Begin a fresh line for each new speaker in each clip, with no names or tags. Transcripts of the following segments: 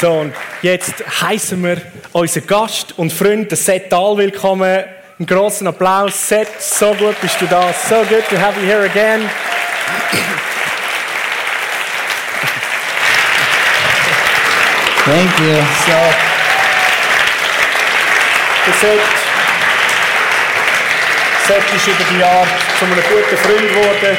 So, und jetzt heißen wir unseren Gast und Freund, den Seth Dahl, willkommen. Einen grossen Applaus. Seth, so gut bist du da. So good to have you here again.
Thank you.
So, der Seth, Seth ist über die Jahre zu einem guten Freund geworden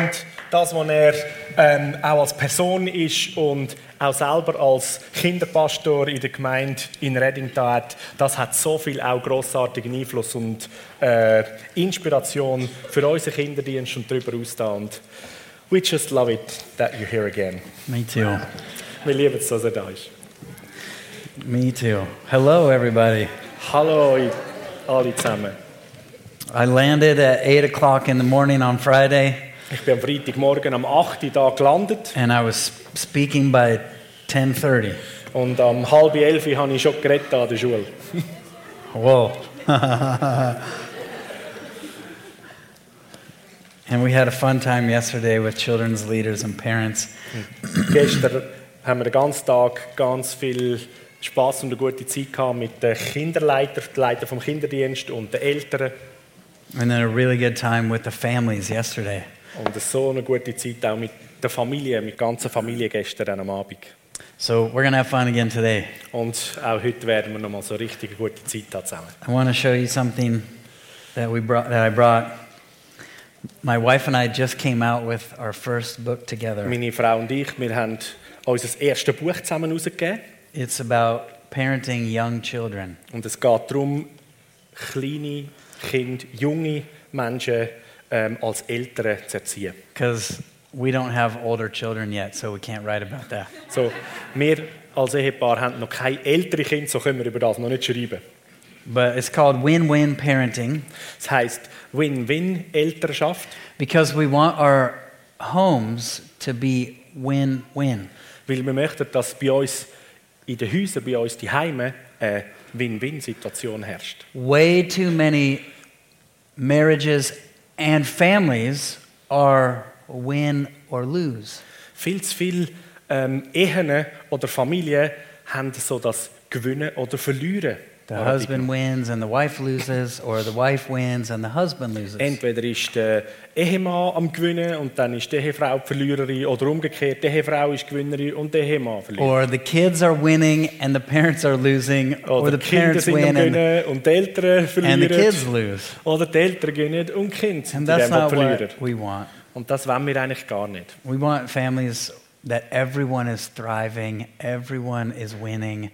und das, was er ähm, auch als Person ist und auch selber als Kinderpastor in der Gemeinde in Redding da hat, das hat so viel auch grossartigen Einfluss und äh, Inspiration für unseren Kinderdienst und darüber hinaus da. Und we just love it that you're here again.
Me too.
Wir lieben es, dass er da ist.
Me too. Hello, everybody.
Hallo alle zusammen.
I landed at 8 o'clock in the morning on Friday,
Ich bin am Freitagmorgen am 8. Uhr da gelandet
and I was sp- speaking by 10.30.
und am halb elf Uhr habe ich schon geredet an der Schule.
Whoa. and we had a fun time yesterday with children's leaders and parents.
Gestern haben wir den ganzen Tag ganz viel Spaß und eine gute Zeit gehabt mit den Kinderleitern, den Leitern vom Kinderdienst und den Eltern
And then a really good time with the families yesterday.
und so eine gute Zeit auch mit der Familie, mit der ganzen Familie gestern dann am Abend.
So we're going to have fun again today.
Und auch heute werden wir nochmal so richtig eine gute Zeit da zusammen.
I want to show you something that we brought that I brought. My wife and I just came out with our first book together.
Meine Frau und ich, wir haben unser erstes Buch zusammen herausgegeben.
It's about parenting young children.
Und es geht darum, kleine Kinder, junge Menschen ähm, als Eltern zu erziehen.
Because we don't have older children yet, so we can't write about that.
So, wir als Ehepaar haben noch keine ältere Kinder, so können wir über das noch nicht schreiben.
But it's called Win Win Parenting
Das heißt Win-Win Elternschaft,
because we want our homes to be win win.
weil wir möchten, dass bei uns in den Häusern, bei uns die Heime eine Win-Win-Situation herrscht.
Way too many marriages and families are win or lose.
Viel zu viele ähm, Ehen oder Familien haben so das Gewinnen oder Verlieren.
The husband wins and the wife loses, or the wife wins and the husband loses.
Entweder ist der Ehemann am Gewinnen und dann ist die Ehefrau die Verliererin oder umgekehrt, die Ehefrau ist Gewinnerin und der Ehemann verliert.
Or the kids are winning and the parents are losing, or
Oder
Oh, the
die Kinder
parents
sind am
win and,
Gewinnen und die Eltern
and the
verlieren.
kids lose.
Oder die Eltern gewinnen und die Kinder sind
And
die
that's not
Verlierer.
what we want.
Und das wollen wir eigentlich gar nicht.
We want families that everyone is thriving, everyone is winning,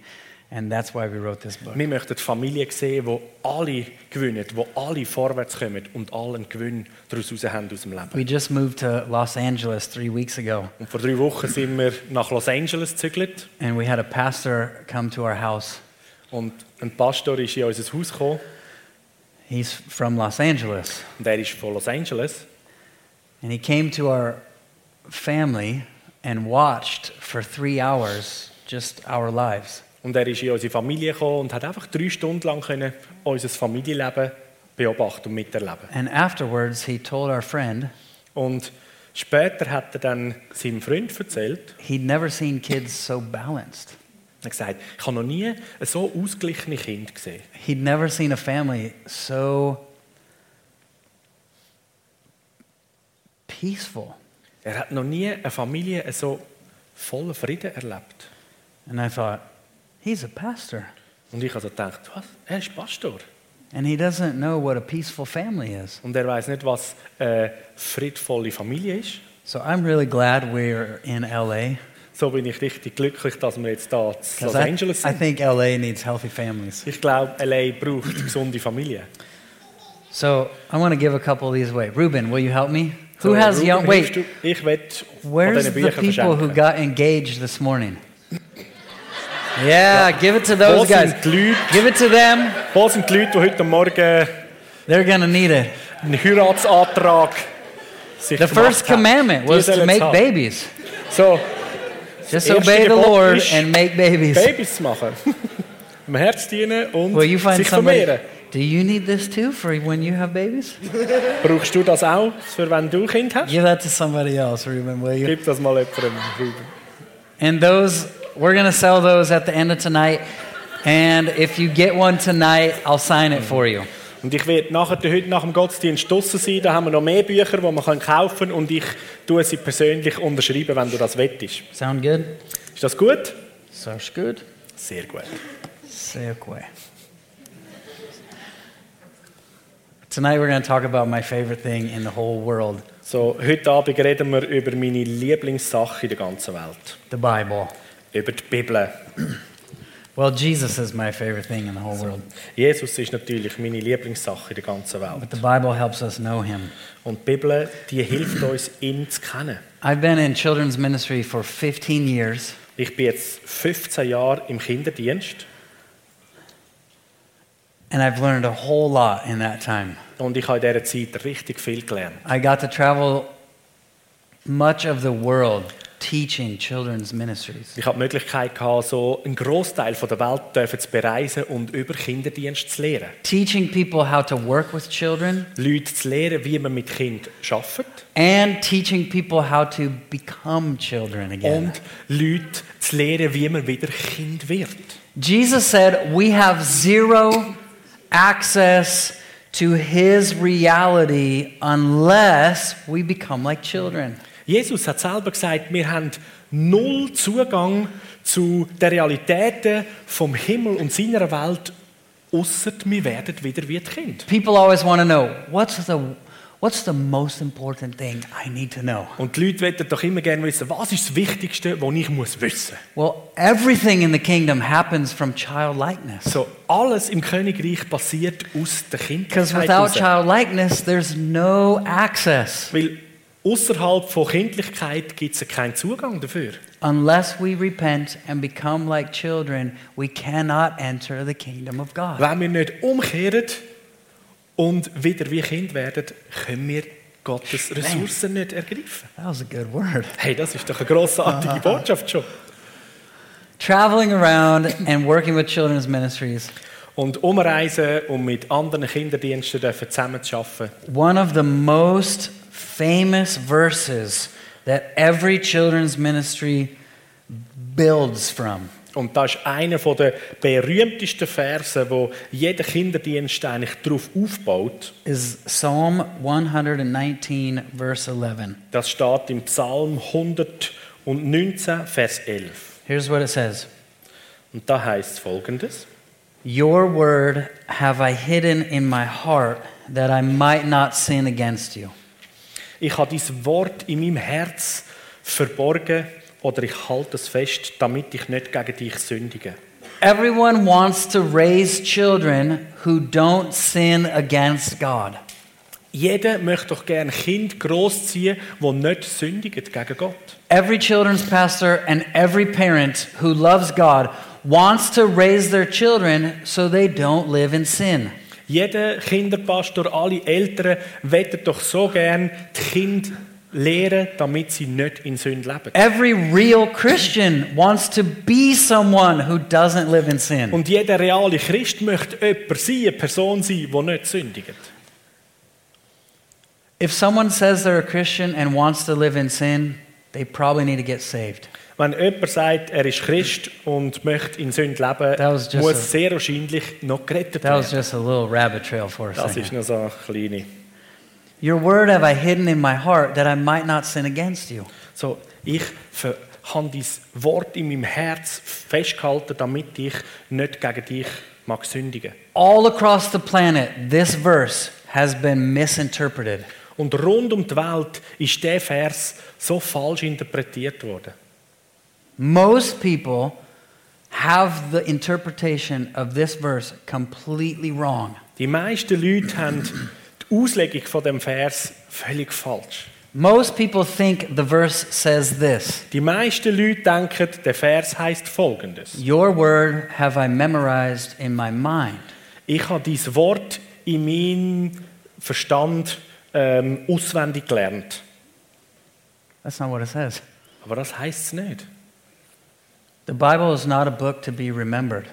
and that's why we wrote this book.
Wir möchten Familien sehen, wo alle gewinnen, wo alle vorwärts kommen und allen Gewinn daraus raus haben aus dem Leben.
We just moved to Los Angeles three weeks ago,
Und vor drei Wochen sind wir nach Los Angeles gezügelt
and we had a pastor come to our house.
und ein Pastor ist in unser Haus gekommen
He's from Los Angeles,
und er ist von Los Angeles.
And he came to our family and watched for three hours just our lives.
Und er ist in unsere Familie gekommen und hat einfach drei Stunden lang können unser Familienleben beobachten und miterleben.
And afterwards, he told our friend
Und später hat er dann seinem Freund erzählt,
he'd never seen kids so balanced.
er hat gesagt, ich habe noch nie ein so ausgeglichenes Kind gesehen.
He'd never seen a family so peaceful.
Er hat noch nie eine Familie so voller Frieden erlebt.
And I thought, he's a pastor.
Und ich also gedacht, was? Er ist Pastor.
And he doesn't know what a peaceful family is.
Und er weiß nicht, was eine friedvolle Familie ist.
So I'm really glad we're in LA.
So bin ich richtig glücklich, dass wir jetzt hier in Los
'cause I,
Angeles eh?
I
sind.
think LA needs healthy families.
Ich glaube, LA braucht gesunde Familien.
So I want to give a couple of these away. Ruben, will you help me? Who
So,
has
Ruben,
young?
Äh, hilfst
Wait,
du? Ich wett von
where's
diesen
the
Büchern
people who
verschenken.
got engaged this morning? Yeah, give it to
Wo
those guys.
sind, die Leute,
Give it to them.
wo sind die Leute, die heute Morgen
They're gonna need it.
einen Heiratsantrag sich
The first
gemacht haben?
commandment
Die
was to
sollen's
make
haben.
babies.
So,
Just
Eerste
obey the
Gebot
Lord
is-
and make babies.
Babys zu machen. Im Herz dienen und
Will you find
sich
somebody?
vermehren.
Do you need this too for when you have babies?
Brauchst du das auch, für wenn du ein Kind hast?
Give that to somebody else, Ruben. Will you?
Gib das mal jemandem. Ruben.
And those We're going to sell those at the end of tonight. And if you get one tonight, I'll sign it for you.
Und ich werde nachher, heute nach dem Gottesdienst draussen sein. Da haben wir noch mehr Bücher, die man kaufen kann. Und ich tue sie persönlich unterschreiben, wenn du das wettest.
Sound good?
Ist das gut?
Sounds good.
Sehr gut.
Sehr gut. Tonight we're going to talk about my favorite thing in the whole world,
So, heute Abend reden wir über meine Lieblingssache in der ganzen Welt.
the Bible.
Über die Bibel.
Well, Jesus is my favorite thing in the whole world.
Jesus ist natürlich meine Lieblingssache in der ganzen Welt.
But the Bible helps us know him.
Und die Bibel, die hilft uns, ihn zu kennen.
I've been in children's ministry for 15 years,
Ich bin jetzt 15 Jahre im Kinderdienst
and I've learned a whole lot in that time.
und ich habe in dieser Zeit richtig viel gelernt.
I got to travel much of the world teaching children's ministries.
Ich habe die Möglichkeit gehabt, so einen Großteil der Welt dürfen zu bereisen und über Kinderdienst zu lehren.
Teaching people how to work with children
Leute zu lehren, wie man mit Kind arbeitet
and teaching people how to become children again.
und Leute zu lehren, wie man wieder Kind wird.
Jesus said, We have zero access to his reality unless we become like children.
Jesus hat selber gesagt, wir haben null Zugang zu den Realitäten vom Himmel und seiner Welt, außer wir werden wieder wie die Kind.
People always want to know what's the, what's the most important thing I need to know?
Und die Leute wollen doch immer gerne wissen, was ist das Wichtigste, was ich muss wissen muss.
Well, everything in the kingdom happens from childlikeness.
So, alles im Königreich passiert aus der Kindheit
Because
heraus.
without childlikeness, there's no access
Weil außerhalb von Kindlichkeit gibt es keinen Zugang dafür.
unless we repent and become like children. We cannot enter the kingdom of God.
Wenn wir nicht umkehren und wieder wie Kind werden, können wir Gottes Ressourcen nicht ergreifen.
That was a good word.
Hey, das ist doch eine grossartige Botschaft schon.
Traveling around and working with children's ministries,
Und umreisen und mit anderen Kinderdiensten dürfen zusammenarbeiten.
one of the most famous verses that every children's ministry builds from
Und das ist einer der berühmtesten Verse, wo jeder Kinderdienst eigentlich darauf aufbaut.
is Psalm 119, verse 11.
Das steht im Psalm 119, Vers 11.
Here's what it says.
Und da heißt folgendes:
Your word have I hidden in my heart that I might not sin against you.
Ich habe dein Wort in meinem Herz verborgen oder ich halte es fest, damit ich nicht gegen dich sündige.
Everyone wants to raise children who don't sin against God.
Jeder möchte doch gerne Kind großziehen, wo nicht sündigt gegen Gott.
Every children's pastor and every parent who loves God wants to raise their children so they don't live in sin.
Jeder Kinderpastor, alle Eltern wollen doch so gern die Kinder lehren, damit sie nicht in Sünde leben.
Every real Christian wants to be someone who doesn't live in sin.
Und jeder reale Christ möchte jemand sein, eine Person sein, die nicht sündigt.
If someone says they're a Christian and wants to live in sin, they probably need to get saved.
Wenn jemand sagt, er ist Christ und möchte in Sünde
That was
leben,
just a-
muss sehr wahrscheinlich noch gerettet
That was
werden.
just a little rabbit trail for a
Das ist
second.
noch so eine kleine.
Your word have I hidden in my heart that I might not sin against you.
So, ich ver- habe dein Wort in meinem Herz festgehalten, damit ich nicht gegen dich mag sündigen.
All across the planet, this verse has been misinterpreted.
Und rund um die Welt ist der Vers so falsch interpretiert worden.
Most people have the interpretation of this verse completely wrong.
Die meisten Leute haben die Auslegung von dem Vers völlig falsch.
Most people think the verse says this
Die meisten Leute denken, der Vers heißt Folgendes.
Your word have I memorized in my mind.
Ich habe dein Wort in meinem Verstand ähm, auswendig gelernt.
That's not what it says.
Aber das heißt es nicht.
The Bible is not a book to be remembered.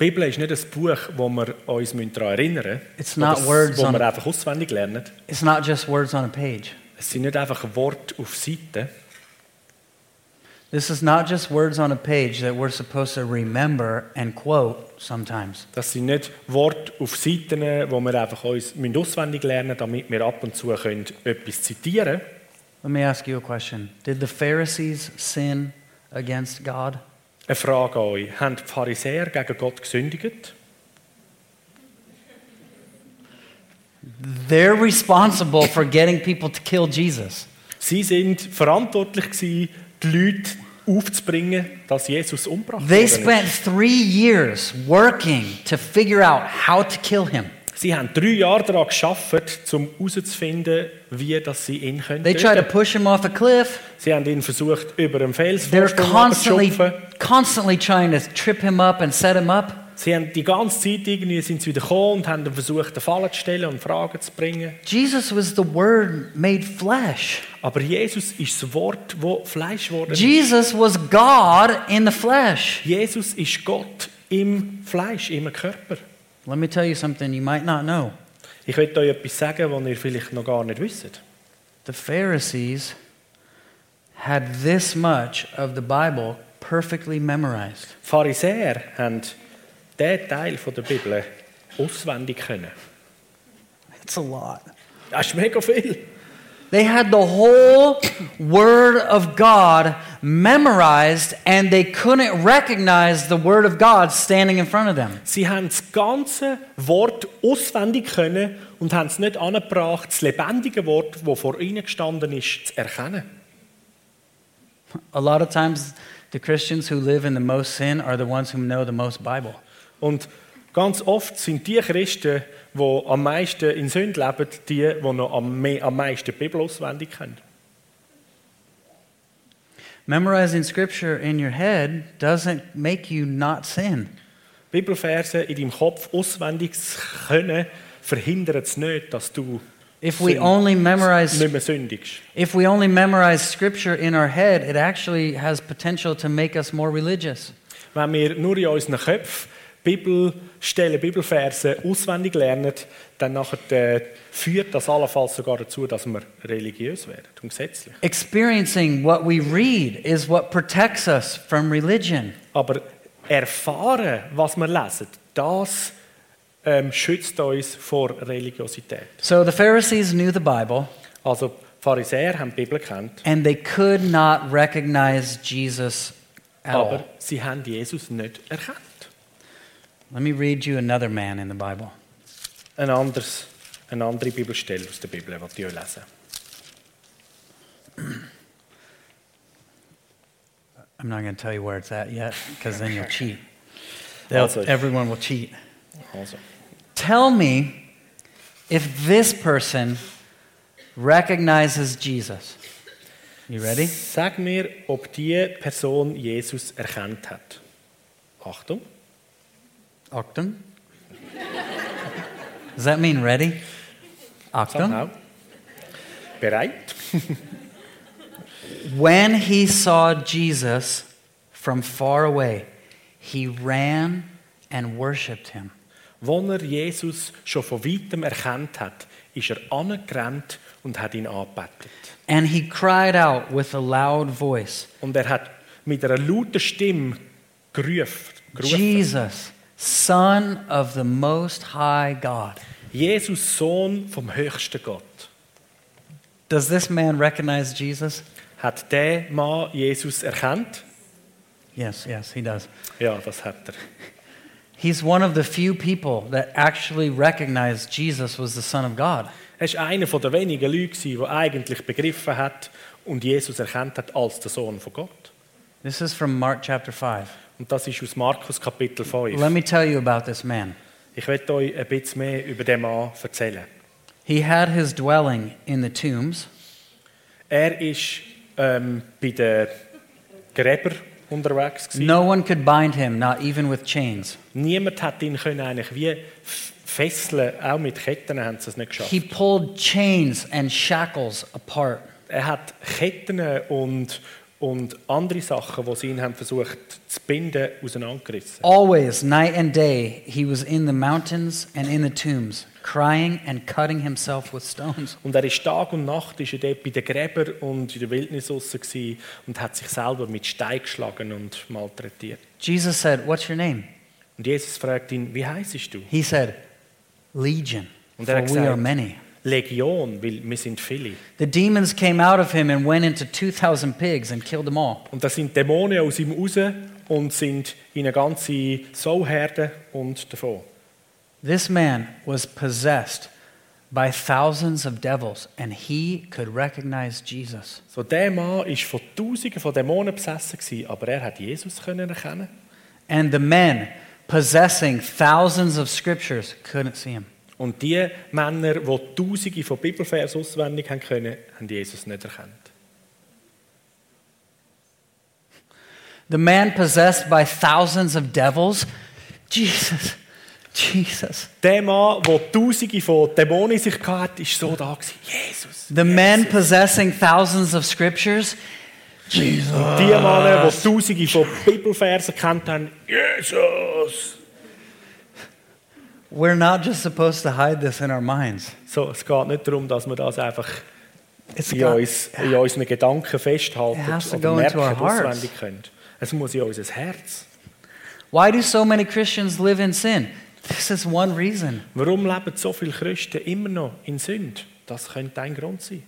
Die Bibel ist nicht ein Buch, wo wir uns daran erinnern
It's
oder
not
das-
words
wo
on-
wir einfach auswendig lernen.
It's not just words on a page.
Es sind nicht einfach Worte auf Seiten.
This is not just words on a page that we're supposed to remember and quote sometimes.
Das sind nicht Worte auf Seiten, wo wir einfach uns müssen auswendig lernen müssen, damit wir ab und zu können etwas zitieren können.
Let me ask you a question Did the Pharisees sin against God?
Eine Frage an euch. Haben die Pharisäer gegen Gott gesündigt?
They're responsible for getting people to kill Jesus.
Sie sind verantwortlich, gewesen, die Leute aufzubringen, dass Jesus umgebracht wurde.
They spent three years working to figure out how to kill him.
Sie haben drei Jahre daran geschafft, um herauszufinden, wie dass sie ihn können.
They try to push him off a cliff.
Sie haben ihn versucht, über einen
They're
Felsvorsprung zu
constantly,
schupfen.
constantly trying to trip him up and set him up.
Sie haben die ganze Zeit irgendwie sind sie wieder gekommen und haben dann versucht, eine Falle zu stellen und Fragen zu bringen.
Jesus was the Word made flesh.
Aber Jesus ist das Wort, wo Fleisch wurde.
Jesus was God in the flesh.
Jesus ist Gott im Fleisch, im Körper.
Let me tell you something you might not know.
Ich werde euch etwas sagen, was ihr vielleicht noch gar nicht wisst.
The Pharisees had this much of the Bible perfectly memorized.
Die Pharisäer haben diesen Teil von der Bibel auswendig können.
That's a lot.
Das ist mega viel.
They had the whole Word of God memorized, and they couldn't recognize the Word of God standing in front of them.
Sie haben das ganze Wort auswendig können und haben es nicht angebracht, das lebendige Wort, das vor ihnen gestanden ist, zu erkennen.
A lot of times, the Christians who live in the most sin are the ones who know the most Bible.
Und ganz oft sind die Christen, die am meisten in Sünde leben, die, die noch am, me- am meisten die Bibel auswendig kennen.
Memorizing scripture in your head doesn't make you not sin.
Bibelverse in deinem Kopf auswendig zu können, verhindert es nicht, dass du
If we
Sin.
only memorize
nicht mehr sündigst.
if we only memorize scripture in our head, it actually has potential to make us more religious.
Wenn wir nur in unseren Köpfen Bibelstellen, Bibelverse auswendig lernen, dann nachher, äh, führt das allenfalls sogar dazu, dass wir religiös werden und gesetzlich.
Experiencing what we read is what protects us from religion.
Aber erfahren, was wir lesen, das ähm, schützt uns vor Religiosität.
So the Pharisees knew the Bible
Also die Pharisäer haben die Bibel gekannt,
and they could not recognize Jesus at
aber
all.
sie haben Jesus nicht erkannt.
Let me read you another man in the Bible.
Ein anderes, eine andere Bibelstelle aus der Bibel, die ich euch lesen
I'm not going to tell you where it's at yet because then you'll cheat. They'll-
Also-
everyone will cheat.
also.
Tell me if this person recognizes Jesus. You ready?
Sag mir, ob diese Person Jesus erkannt hat. Achtung.
Octum. Does that mean ready? Octum.
Somehow. Bereit?
When he saw Jesus from far away, he ran and worshiped him.
Als er Jesus schon von weitem erkannt hat, ist er angerannt und hat ihn angebetet.
And he cried out with a loud voice,
Und er hat mit einer lauten Stimme gerufen. gerufen
Jesus, Son of the Most High God.
Jesus, Sohn vom höchsten Gott.
Does this man recognize Jesus?
Hat der Mann Jesus erkannt?
Yes, yes, he does.
Ja, das hat er.
He's one of the few people that actually recognized Jesus was the Son of God.
Er ist einer der wenigen Leute, gewesen, der eigentlich begriffen hat und Jesus erkannt hat als der Sohn von Gott.
This is from Mark chapter 5.
Und das ist aus Markus Kapitel 5.
Let me tell you about this man.
Ich werde euch ein bisschen mehr über den Mann erzählen.
He had his dwelling in the tombs,
Er ist ähm, bei den Gräbern unterwegs. gewesen.
no one could bind him, not even with chains.
Niemand hat ihn können eigentlich wie f- fesseln, auch mit Ketten haben sie es nicht geschafft.
He pulled chains and shackles apart.
Er hat Ketten und und andere Sachen, die sie ihn haben versucht zu binden, auseinandergerissen.
Always, night and day, he was in the mountains and in the tombs, crying and cutting himself with stones.
Und er ist Tag und Nacht ist er dort bei den Gräbern und in der Wildnis draussen gewesen und hat sich selber mit Stein geschlagen und malträtiert.
Jesus said, What's your name?
Und Jesus fragt ihn, wie heißt du?
He said, Legion,
Und er hat
for we are
gesagt-
many.
Legion, weil wir sind viele.
The demons came out of him and went into 2,000 pigs and killed them all.
Und da sind Dämonen aus ihm raus und sind in eine ganze Sauherde und davon.
This man was possessed by thousands of devils, and he could recognize Jesus.
So, der Mann war von Tausenden von Dämonen besessen, gewesen, aber er hat Jesus können erkennen.
And the men possessing thousands of scriptures couldn't see him.
Und die Männer, die Tausende von Bibelversen auswendig haben können, haben Jesus nicht erkannt.
The man possessed by thousands of devils, Jesus, Jesus.
Der Mann, der Tausende von Dämonen in sich hatte, war so da. Gewesen. Jesus.
The men possessing thousands of scriptures, Jesus.
Die Männer, die Tausende von Bibelversen kennt haben, Jesus.
We're not just supposed to hide this in our minds.
So, es geht nicht darum, dass wir das einfach
It's
in,
got-
uns, in unseren Gedanken festhalten
It has to
oder
go into
merken,
our hearts.
auswendig können. Es muss in unser Herz.
Why do so many Christians live in sin? This is one reason.
Warum leben so viele Christen immer noch in Sünde? Das könnte ein Grund sein.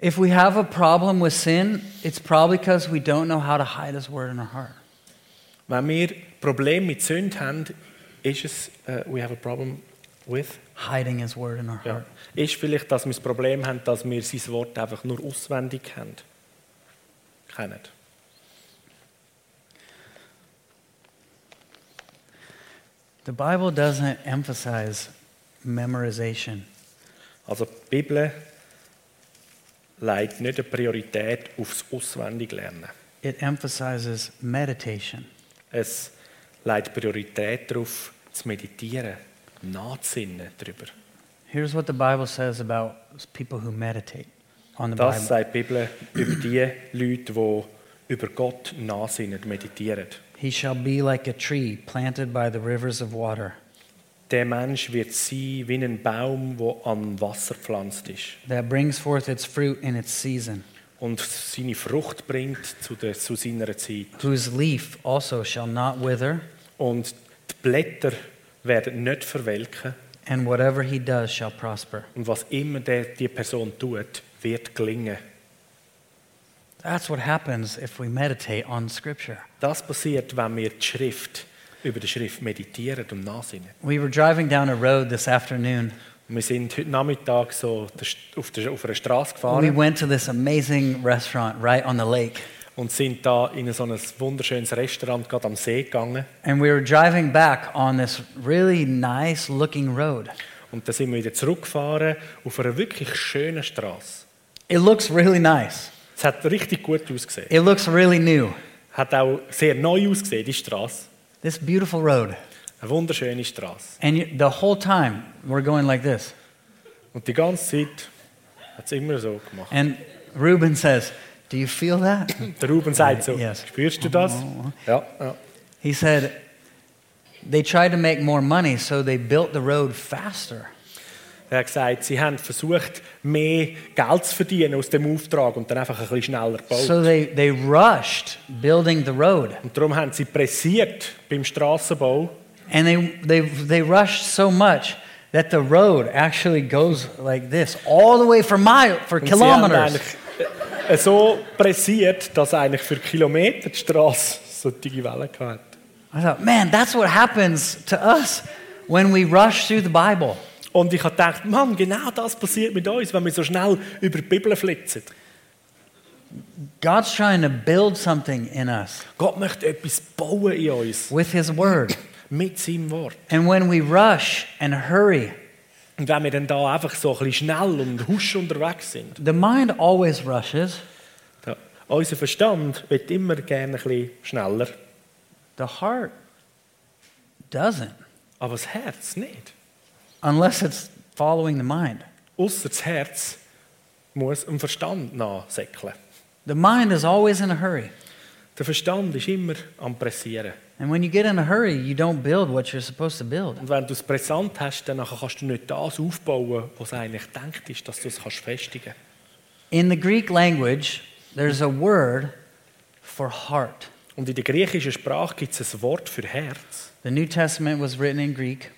If we have a problem with sin, it's probably because we don't know how to hide His word in our heart.
Wenn wir Probleme mit Sünde haben, ist es, äh, we have a problem with,
Hiding His word in our
ja.
heart.
ist vielleicht, dass wir das Problem haben, dass wir sein Wort einfach nur auswendig kennen. kennen.
The Bible doesn't emphasize memorization.
Also die Bibel legt nicht eine Priorität aufs Auswendiglernen.
It emphasizes meditation.
Es legt Priorität darauf, zu meditieren, nachzusinnen darüber.
Here's what the Bible says about people who meditate on the
Das
Bible.
sagt die Bibel über die Leute, die über Gott nachsinnen, meditieren.
He shall be like a tree planted by the rivers of water
Der Mensch wird sein wie ein Baum, der an Wasser gepflanzt ist
that brings forth its fruit in its season,
und seine Frucht bringt zu, der, zu seiner Zeit.
whose leaf also shall not wither,
Und die Blätter werden nicht verwelken
and whatever he does shall prosper.
und was immer der, die Person tut, wird gelingen.
That's what happens if we meditate on Scripture.
Das passiert, wenn wir die Schrift über die Schrift meditieren und nachsinnen.
We were driving down a road this afternoon.
Wir sind heute Nachmittag so der St- auf, der, auf einer Straße
We
gefahren
went to this amazing restaurant right on the lake.
und sind da in so ein wunderschönes Restaurant gerade am See gegangen.
And we were driving back on this really nice looking road.
Und dann sind wir wieder zurückgefahren auf einer wirklich schönen Straße.
It looks really nice.
Es hat richtig gut ausgesehen.
It looks really new.
Hat auch sehr neu ausgesehen, die Straße.
This beautiful road.
Eine wunderschöne Straße.
And you, the whole time we're going like this.
Und die ganze Zeit hat es immer so gemacht.
And Reuben says, Do you feel that?
Der Ruben sagt so,
Yes.
spürst du das? Ja, ja.
He said, They tried to make more money, so they built the road faster.
Er hat gesagt, sie haben versucht, mehr Geld zu verdienen aus dem Auftrag und dann einfach ein bisschen schneller gebaut.
So they, they rushed building the road.
und darum haben sie pressiert beim Strassenbau
And they, they, they rushed so much that the road actually goes like this, all the way for mile for
Und sie haben
kilometers.
eigentlich äh, so pressiert, dass eigentlich für Kilometer die Straße so dicke Wellen hatte.
I thought, man, that's what happens to us when we rush through the Bible.
Und ich habe gedacht, Mann, genau das passiert mit uns, wenn wir so schnell über die Bibel flitzen.
God's trying to build something in us
Gott möchte etwas bauen in uns
with His Word.
mit seinem Wort.
And when we rush and hurry,
Und wenn wir dann da einfach so ein bisschen schnell und husch unterwegs sind,
the mind always rushes,
Ja. Unser Verstand wird immer gerne ein bisschen schneller,
the heart doesn't,
aber das Herz nicht.
unless it's following the mind.
Außer das Herz muss dem Verstand nachsäckeln.
The mind is always in a hurry.
Der Verstand ist immer am Pressieren.
And when you get in a hurry, you don't build what you're supposed to build.
Und wenn du es pressant hast, dann nachher kannst du nicht das aufbauen, was eigentlich denkt ist, dass du es kannst festigen
In the Greek language, there's a word for heart.
Und in der griechischen Sprache gibt es ein Wort für Herz.
The New Testament was written in Greek.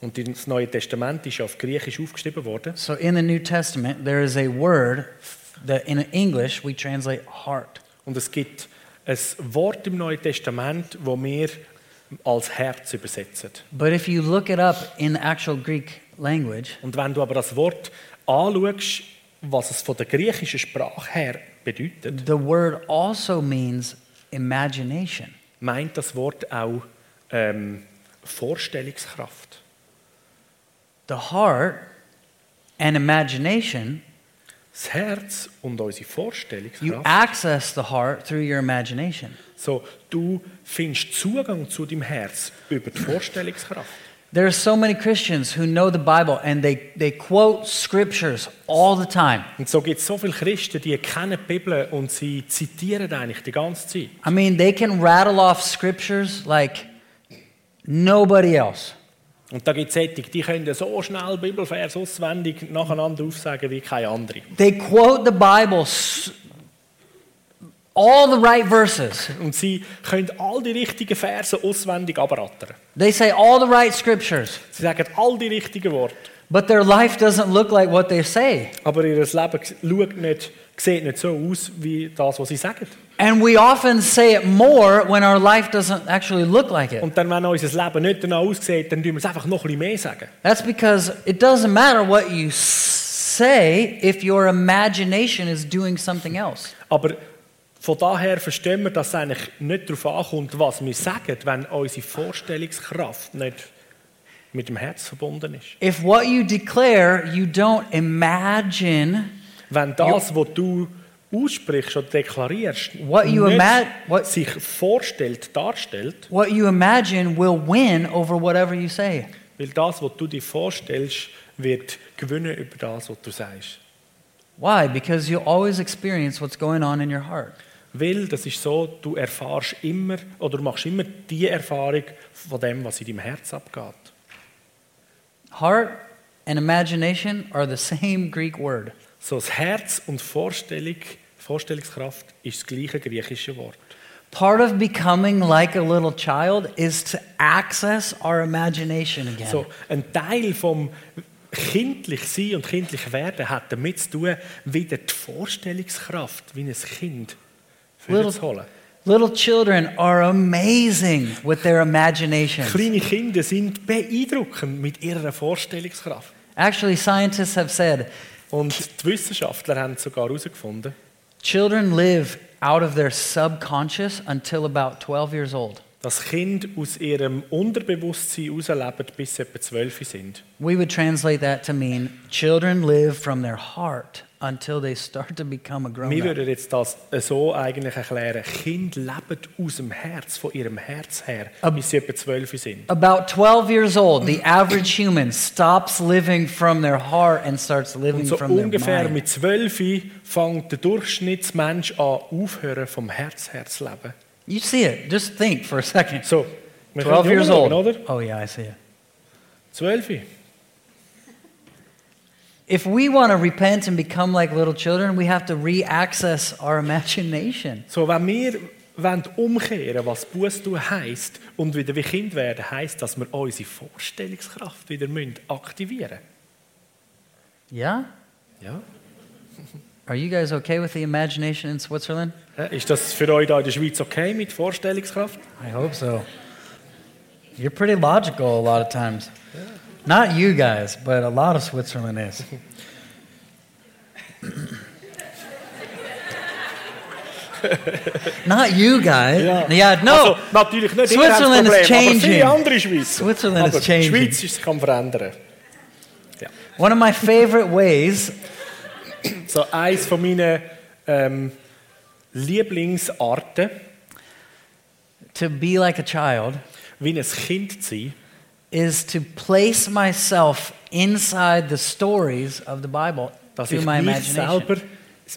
Und das Neue Testament ist auf Griechisch aufgeschrieben worden.
So in the New Testament, there is a word that in English we translate heart.
Und es gibt ein Wort im Neuen Testament, wo wir als Herz übersetzen.
But if you look it up in the actual Greek language,
Und wenn du aber das Wort anschaust, was es von der griechischen Sprache her bedeutet,
the word also means imagination.
meint das Wort auch ähm, Vorstellungskraft.
The heart and imagination,
Das Herz und unsere
you
Vorstellungskraft.
access the heart through your imagination.
So, du findest Zugang zu deinem Herz über die Vorstellungskraft.
There are so many Christians who know the Bible and they, they quote scriptures all the time.
Und so gibt es so viele Christen, die kennen die Bibel und sie zitieren eigentlich die ganze Zeit.
I mean, they can rattle off scriptures like nobody else.
Und da gibt es Ethiker, die können so schnell Bibelvers auswendig nacheinander aufsagen wie keine andere.
They quote the Bible, s- all the right verses.
Und sie können all die richtigen Verse auswendig abrattern.
They say all the right scriptures,
Sie sagen all die richtigen Worte.
but their life doesn't look like what they say.
Aber ihr Leben schaut nicht, sieht nicht so aus, wie das, was sie sagen.
And we often say it more when our life doesn't actually look like it.
Und dann, wenn unser Leben nicht danach aussieht, dann tun wir es einfach noch ein bisschen mehr sagen.
That's because it doesn't matter what you s- say if your imagination is doing something else.
Aber von daher verstehen wir, dass es eigentlich nicht darauf ankommt, was wir sagen, wenn unsere Vorstellungskraft nicht mit dem Herz verbunden ist.
If what you declare you don't imagine
Wenn das, was du aussprichst oder deklarierst,
What you ima-
nicht
what-
sich vorstellt, darstellt,
what you imagine will win over whatever you say.
weil das, was du dir vorstellst, wird gewinnen über das, was du sagst.
Why? Because you always experience what's going on in your heart.
Weil, das ist so, du erfahrst immer oder du machst immer die Erfahrung von dem, was in deinem Herz abgeht.
Heart and imagination are the same Greek word.
So, das Herz und Vorstellung, Vorstellungskraft ist das gleiche griechische Wort.
Part of becoming like a little child is to access our imagination again.
So, ein Teil vom kindlich sein und kindlich werden hat damit zu tun, wieder die Vorstellungskraft wie ein Kind
Little-
zu holen.
Little children are amazing with their imagination.
Kleine Kinder sind beeindruckend mit ihrer Vorstellungskraft.
Actually, scientists have said
Und die Wissenschaftler haben sogar herausgefunden,
children live out of their subconscious until about 12 years old.
dass Kinder aus ihrem Unterbewusstsein herausleben, bis sie etwa zwölf sind.
We would translate that to mean children live from their heart until they start to become a grown
Wir
up.
würden jetzt das so eigentlich erklären. Kinder leben aus dem Herz, von ihrem Herz her,
Ab-
bis sie etwa zwölf sind.
About 12 years old, the average human stops living from their heart and starts living
Und so
from their
ungefähr
mind.
mit zwölf fängt der Durchschnittsmensch an, aufhören vom Herz her zu leben.
You see it. Just think for a second.
So, wir
12
können
years
umschauen,
old.
oder?
Oh, yeah, I see it.
Zwölf.
If we want to repent and become like little children, we have to re access our imagination.
So, wenn wir wollen umkehren was Buß tun heisst und wieder wie Kind werden, heisst, dass wir unsere Vorstellungskraft wieder müssen aktivieren
Yeah?
müssen.
Are you guys okay with the imagination in Switzerland?
Ja? Ist das für euch da in der Schweiz okay mit Vorstellungskraft?
I hope so. You're pretty logical a lot of times. Not you guys, but a lot of Switzerland is. Not you guys. Yeah, no.
Also, natürlich nicht. ihr habt das
Switzerland is
Problem, aber
changing.
viele andere Schweizer.
Switzerland is
aber die
changing.
Schweiz ist- kann verändern.
One of my favorite ways
So eins von meinen ähm, Lieblingsarten,
to be like a child
wie ein Kind zu sein,
is to place myself inside the stories of the Bible
dass
Through
ich
my
mich
imagination.
selber,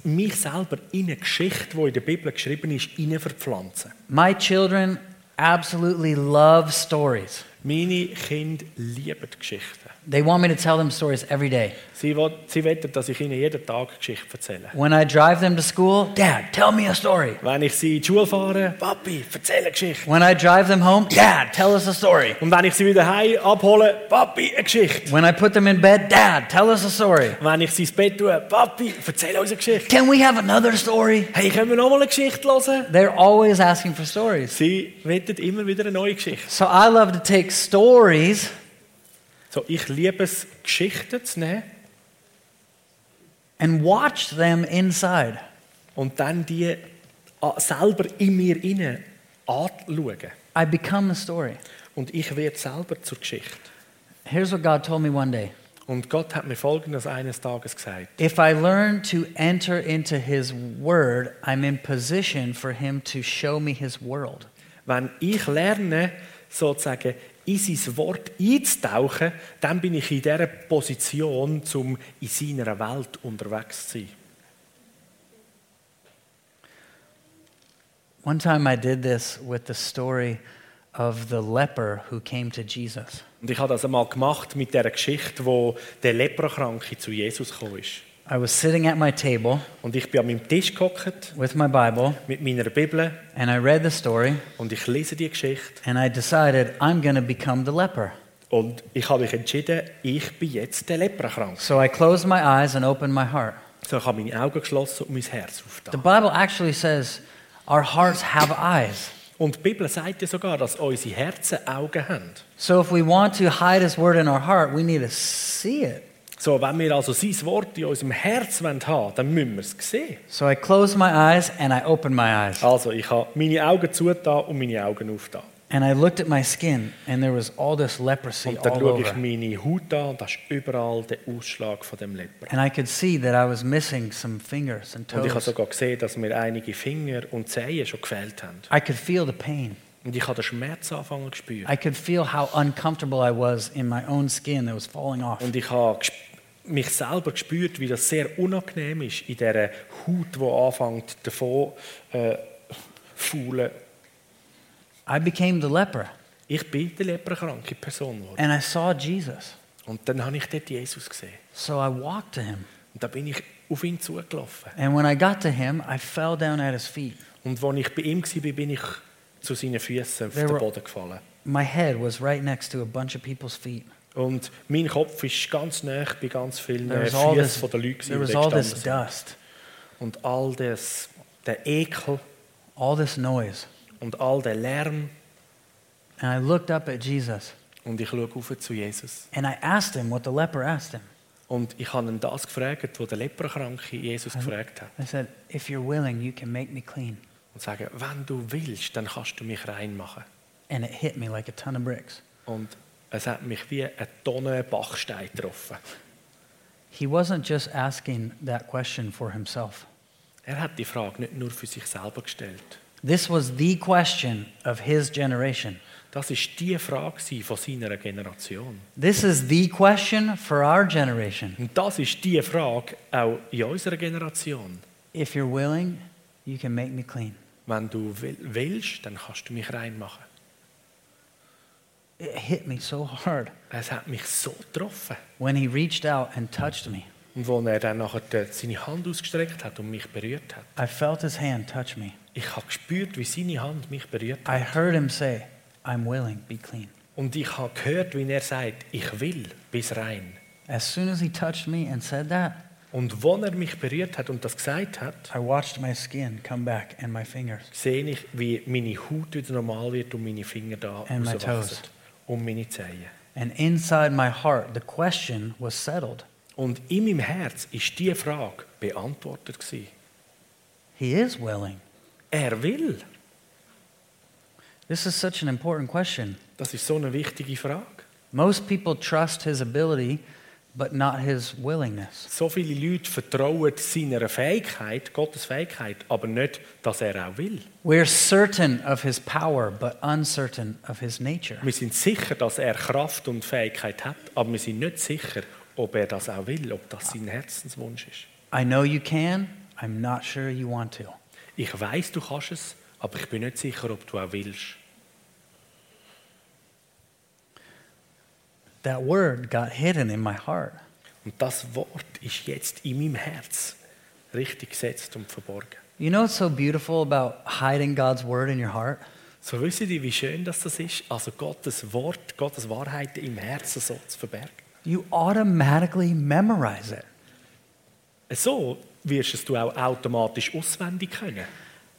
mich selber in eine Geschichte, die in der Bibel geschrieben ist, hinein verpflanze.
My children absolutely love stories.
Meine Kinder lieben Geschichten.
They want me to tell them stories every day.
Sie, wo- sie wollen, dass ich ihnen jeden Tag Geschichten erzähle.
When I drive them to school, Dad, tell me a story.
Wenn ich sie in die Schule fahre, Papi, erzähle eine Geschichte.
When I drive them home, Dad, tell us a story.
Und wenn ich sie wieder heim abhole, Papi, eine Geschichte.
When I put them in bed, Dad, tell us a story.
Wenn ich sie ins Bett tue, Papi, erzähle uns eine Geschichte.
Can we have another story?
Hey, können wir noch mal eine Geschichte hören?
They're always asking for stories.
Sie wollen immer wieder eine neue Geschichte.
So I love to take stories
So, ich liebe es, Geschichten zu nehmen
and watch them inside.
und dann die a- selber in mir inne anzuschauen.
I become the story.
Und ich werde selber zur Geschichte.
Here's what God told me one day.
Und Gott hat mir Folgendes eines Tages gesagt.
If I learn to enter into his word, I'm in position for him to show me his world.
Wenn ich lerne, sozusagen in sein Wort einzutauchen, dann bin ich in dieser Position, um in seiner Welt unterwegs zu sein.
One time I did this with the story of the leper who came to Jesus.
Und ich habe das einmal gemacht mit der Geschichte, wo der Leprakranke zu Jesus gekommen ist.
I was sitting at my table
Und ich bin an meinem Tisch gehockt
with my Bible
mit meiner Bibel
and I read the story
und ich lese die Geschichte.
and I decided I'm going to become the leper.
Und ich habe mich entschieden, ich bin jetzt der Leprakrank.
So I closed my eyes and opened my heart.
So ich habe meine Augen geschlossen und mein Herz
The
aufgetan.
Bible actually says our hearts have eyes.
Und die Bibel sagt ja sogar, dass unsere Herzen Augen haben.
So if we want to hide his word in our heart, we need to see it.
So, wenn wir also sein Wort in unserem Herz haben wollen, dann müssen wir es sehen.
So I closed my eyes and I opened my eyes.
Also, ich habe meine Augen zugetan und meine Augen aufgetan.
And I looked at my skin and there was all this leprosy
Und dann
all
schaue ich
over.
meine Haut an, da ist überall der Ausschlag von dem Lepra.
And I could see that I was missing some fingers and
Und ich habe
toes.
sogar gesehen, dass mir einige Finger und Zehen schon gefehlt haben.
I could feel the pain.
Und ich habe den Schmerz angefangen zu spüren.
I could feel how uncomfortable I was in my own skin that was falling off.
Und ich habe gesp- mich selber gespürt, wie das sehr unangenehm ist, in dieser Haut, die anfängt, davon äh, faulen.
I became the leper
Ich bin die leprakranke Person geworden.
and I saw Jesus.
Und dann habe ich dort Jesus gesehen.
So I walked to him.
Und da bin ich auf ihn zugelaufen.
And when I got to him, I fell down at his feet.
Und als ich bei ihm war, bin ich zu seinen Füßen auf
There
den
were-
Boden gefallen.
My head was right next to a bunch of people's feet.
Und mein Kopf ist ganz nah bei ganz vielen
There was all
Füßen
this,
von den Leuten,
there
die
was
dort
all this
gestanden sind.
dust,
Und all das, der Ekel
all this noise.
und all der Lärm.
And I looked up at Jesus
Und ich schaue auf zu Jesus.
and I asked him what the leper asked him.
Und ich habe ihn das gefragt, was der Leprakranke Jesus gefragt hat.
I said, If you're willing, you can make me clean.
Und sage, wenn du willst, dann kannst du mich reinmachen.
And it hit me like a ton of bricks.
Und es hat mich wie eine Tonne Bachstein getroffen.
He wasn't just asking that question for himself.
Er hat die Frage nicht nur für sich selber gestellt.
This was the question of his generation.
Das ist die Frage gewesen von seiner Generation.
This is the question for our generation.
Und das ist die Frage auch in unserer Generation.
If you're willing, you can make me clean.
Wenn du will- willst, dann kannst du mich reinmachen.
It hit me so hard
Es hat mich so getroffen.
when he reached out and touched me.
Und als er dann nachher seine Hand ausgestreckt hat und mich berührt hat,
I felt his hand touch me.
ich habe gespürt, wie seine Hand mich berührt hat.
I heard him say, I'm willing, be clean.
Und ich habe gehört, wie er sagt, ich will bis rein.
As soon as he touched me and said that,
Und als er mich berührt hat und das gesagt hat,
I watched my skin come back and my fingers.
sehe ich, wie meine Haut wieder normal wird und meine Finger da
And my
rauswachsen.
toes.
Und meine Zehen.
And inside my heart, the question was settled
Und in meinem Herz ist diese Frage beantwortet. Gewesen.
He is willing.
Er will.
This is such an important question.
Das ist so eine wichtige Frage.
Most people trust his ability, but not his willingness.
So viele Leute vertrauen seiner Fähigkeit, Gottes Fähigkeit, aber nicht, dass er auch will.
We're certain of his power, but uncertain of his nature.
Wir sind sicher, dass er Kraft und Fähigkeit hat, aber wir sind nicht sicher, ob er das auch will, ob das sein Herzenswunsch ist.
I know you can. I'm not sure you want to.
Ich weiß, du kannst es, aber ich bin nicht sicher, ob du auch willst.
That word got hidden in my heart.
Und das Wort ist jetzt in meinem Herz richtig gesetzt und verborgen.
You know what's so beautiful about hiding God's word in your heart?
So wissen die, wie schön das das ist, also Gottes Wort, Gottes Wahrheit im Herzen so zu verbergen.
You automatically memorize it.
So wirst es du auch automatisch auswendig können.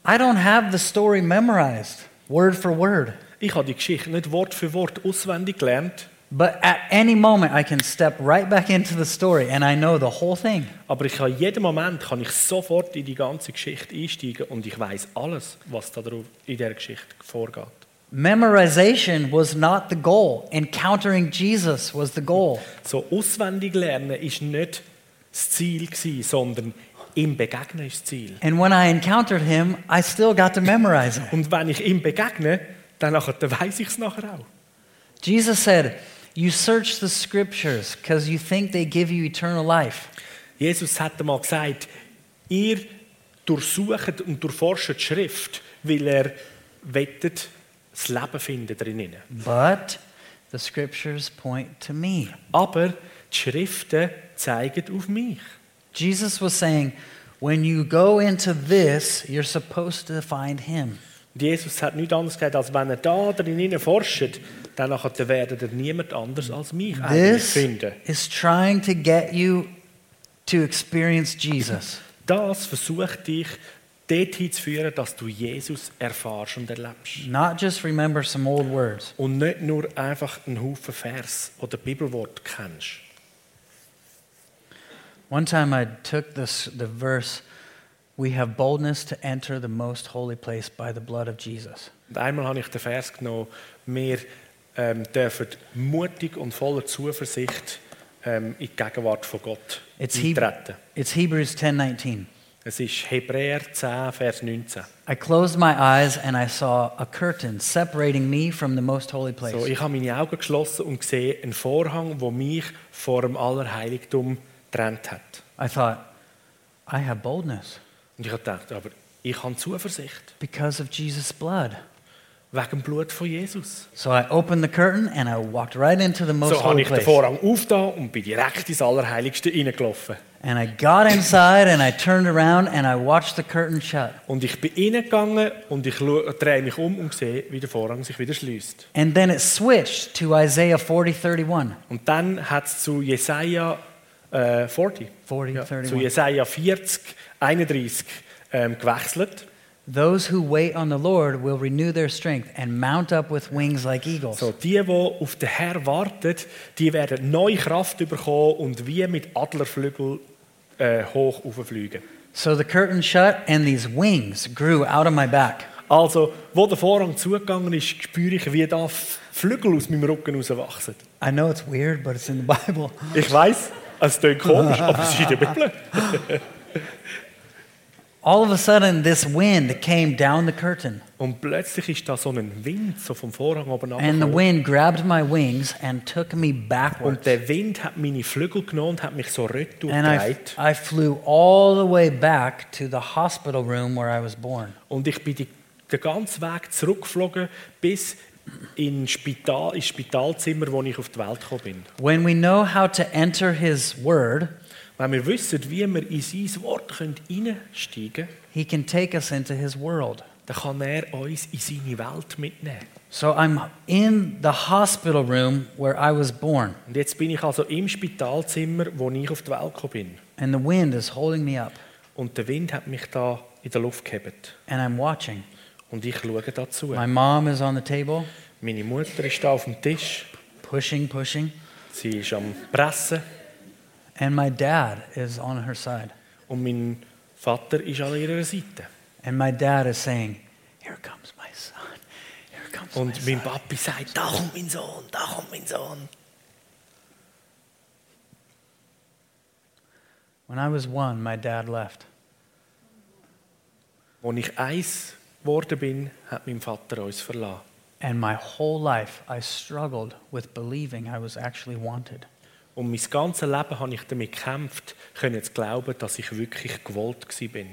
I don't have the story memorized word for word,
Ich habe die Geschichte nicht Wort für Wort auswendig gelernt,
but at any moment I can step right back into the story and I know the whole thing.
aber ich kann jeden Moment kann ich sofort in die ganze Geschichte einsteigen und ich weiß alles, was da drauf- in der Geschichte vorgeht.
Memorization was not the goal. Encountering Jesus was the goal.
So auswendig lernen ist nicht das Ziel gewesen, sondern im Begegnen ist das Ziel.
And when I encountered him, I still got to memorize it.
Und wenn ich ihm begegne, dann, nachher- dann weiß ich es nachher auch.
Jesus said, You search the scriptures because you think they give you eternal life.
Jesus hat einmal gesagt, ihr durchsucht und durchforscht die Schrift, weil er wettet, das Leben finden drinnen.
But the scriptures point to me.
Aber die Schriften zeigen auf mich.
Jesus was saying, When you go into this, you're supposed to find him.
Und Jesus hat nichts anderes gesagt, als wenn er da drinnen forscht, dann nachher werdet ihr niemand anders als mich eigentlich
This
finden.
is trying to get you to experience Jesus.
Das versucht dich dorthin zu führen, dass du Jesus erfährst und erlebst.
Not just remember some old words.
Und nicht nur einfach einen Haufen Vers oder Bibelwort kennst.
One time I took this, the verse, we have boldness to enter the most holy place by the blood of Jesus.
Und einmal habe ich den Vers genommen, wir ähm, dürfen mutig und voller Zuversicht ähm, in die Gegenwart von Gott
It's Heb-
eintreten.
It's Hebrews 10:19.
Es ist Hebräer 10, Vers 19.
I closed my eyes and I saw a curtain separating me from the most holy place.
So, ich habe meine Augen geschlossen und gesehen einen Vorhang, der mich vor dem Allerheiligtum getrennt hat.
I thought, I have boldness
Und ich habe gedacht, aber ich habe Zuversicht
because of Jesus' blood.
wegen dem Blut von Jesus.
So I opened the curtain and I walked right into the most
so habe
holy
ich den
place.
Vorhang aufgetan und bin direkt ins Allerheiligste reingelaufen.
And I got inside and I turned around and I watched the curtain shut.
Und ich bin reingegangen und ich schau- drehe mich um und sehe, wie der Vorhang sich wieder schließt.
And then it switched to Isaiah 40, 31.
Und dann hat es zu Jesaja äh, 40,
40,
ja, zu
31.
Jesaja 40, 31 ähm, gewechselt.
Those who wait on the Lord will renew their strength and mount up with wings like eagles.
So, die, die auf den Herr warten, die werden neue Kraft bekommen und wie mit Adlerflügel äh, hoch auffliegen.
So the curtain shut and these wings grew out of my back.
Also, wo der Vorhang zugegangen ist, spüre ich, wie da F- Flügel aus meinem Rücken rauswachsen.
I know it's weird, but it's in the Bible.
Ich weiß, es klingt komisch, aber es ist in der Bibel.
All of a sudden, this wind came down the curtain,
Und plötzlich ist da so ein Wind so vom Vorhang oben
and the
abgekommen.
wind grabbed my wings and took me
Und
backwards.
der Wind hat meine Flügel genommen und hat mich so rot
And I,
durchgedreht.
I flew all the way back to the hospital room where I was born.
Und ich bin die, den ganzen Weg zurückgeflogen bis in Spital, ins Spitalzimmer, wo ich auf die Welt gekommen bin.
When we know how to enter His Word,
Wenn wir wissen, wie wir in sein Wort können einsteigen können,
He can take us into His world.
dann kann er uns in seine Welt mitnehmen.
So I'm in the hospital room where I was born,
Und jetzt bin ich also im Spitalzimmer, wo ich auf die Welt gekommen bin.
and the wind is holding me up,
Und der Wind hat mich da in der Luft gehabt.
and I'm watching.
Und ich schaue dazu.
My mom is on the table,
Meine Mutter ist da auf dem Tisch.
pushing, pushing,
Sie ist am Pressen.
and my dad is on her side.
Und mein Vater ist an ihrer Seite.
And my dad is saying, Here comes my son. Here comes my
Und
son.
mein Papi sagt, da kommt mein Sohn, da kommt mein Sohn.
When I was one, my dad left.
Als ich eins geworden bin, hat mein Vater uns verlassen.
And my whole life, I struggled with believing I was actually wanted.
Und mein ganzes Leben habe ich damit gekämpft, können zu glauben, dass ich wirklich gewollt gsi bin.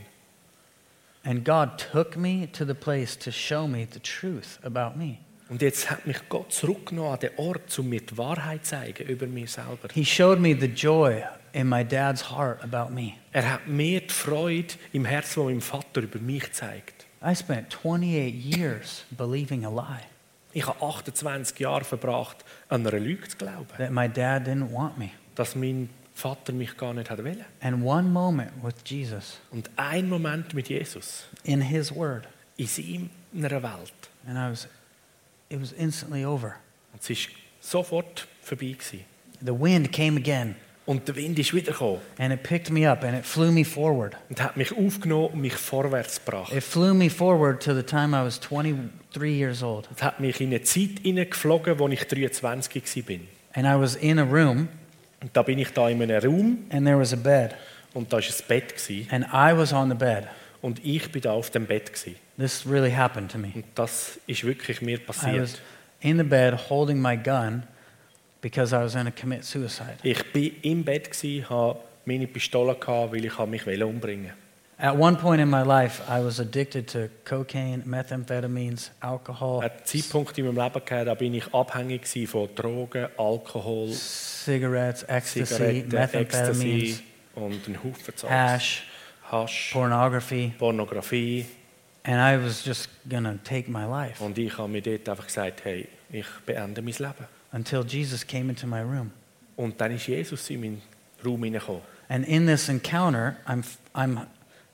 And God took me to the place to show me the truth about me.
Und jetzt hat mich Gott zurückgenommen an den Ort, um mir die Wahrheit zu zeigen über mich selber.
He showed me the joy in my dad's heart about me.
Er hat mir die Freude im Herzen von meinem Vater über mich gezeigt.
I spent 28 years believing a lie
Ich habe 28 Jahre verbracht, an einer Lüge zu glauben,
that my dad didn't want me.
dass mein Vater mich gar nicht hat wollen.
And one moment with Jesus
Und ein Moment mit Jesus
in his word,
in seiner Welt.
and I was it was instantly over.
Und es ist sofort vorbei. Gewesen.
The wind came again
Und der Wind ist wiedergekommen
and it picked me up and it flew me forward.
und hat mich aufgenommen und mich vorwärts gebracht.
It flew me forward to the time I was 23 years old.
Es hat mich in eine Zeit hineingeflogen, wo ich 23 war.
And I was in a room
Und da bin ich da in einem Raum
and there was a bed.
und da war ein Bett. Gewesen.
And I was on the bed.
Und ich bin da auf dem Bett. Gewesen.
This really happened to me.
Und das ist wirklich mir
I was
passiert.
in the bed holding my gun because I was going to commit suicide.
Ich bin im Bett, gewesen, habe meine Pistole, gehabt, weil ich habe mich wollte umbringen
At one point in my life, I was addicted to cocaine, methamphetamines, alcohol,
Ein Zeitpunkt in meinem Leben, gehabt, da bin ich abhängig gewesen von Drogen, Alkohol,
cigarettes, ecstasy,
Zigaretten,
methamphetamines,
Ecstasy und einen Haufen Zeugs.
hash,
Hasch,
pornography.
Pornografie.
And I was just going to take my life
Und ich habe mir dort einfach gesagt, hey, ich beende mein Leben.
until Jesus came into my room.
Und dann ist Jesus in meinen Raum hineingekommen.
And in this encounter, I'm, I'm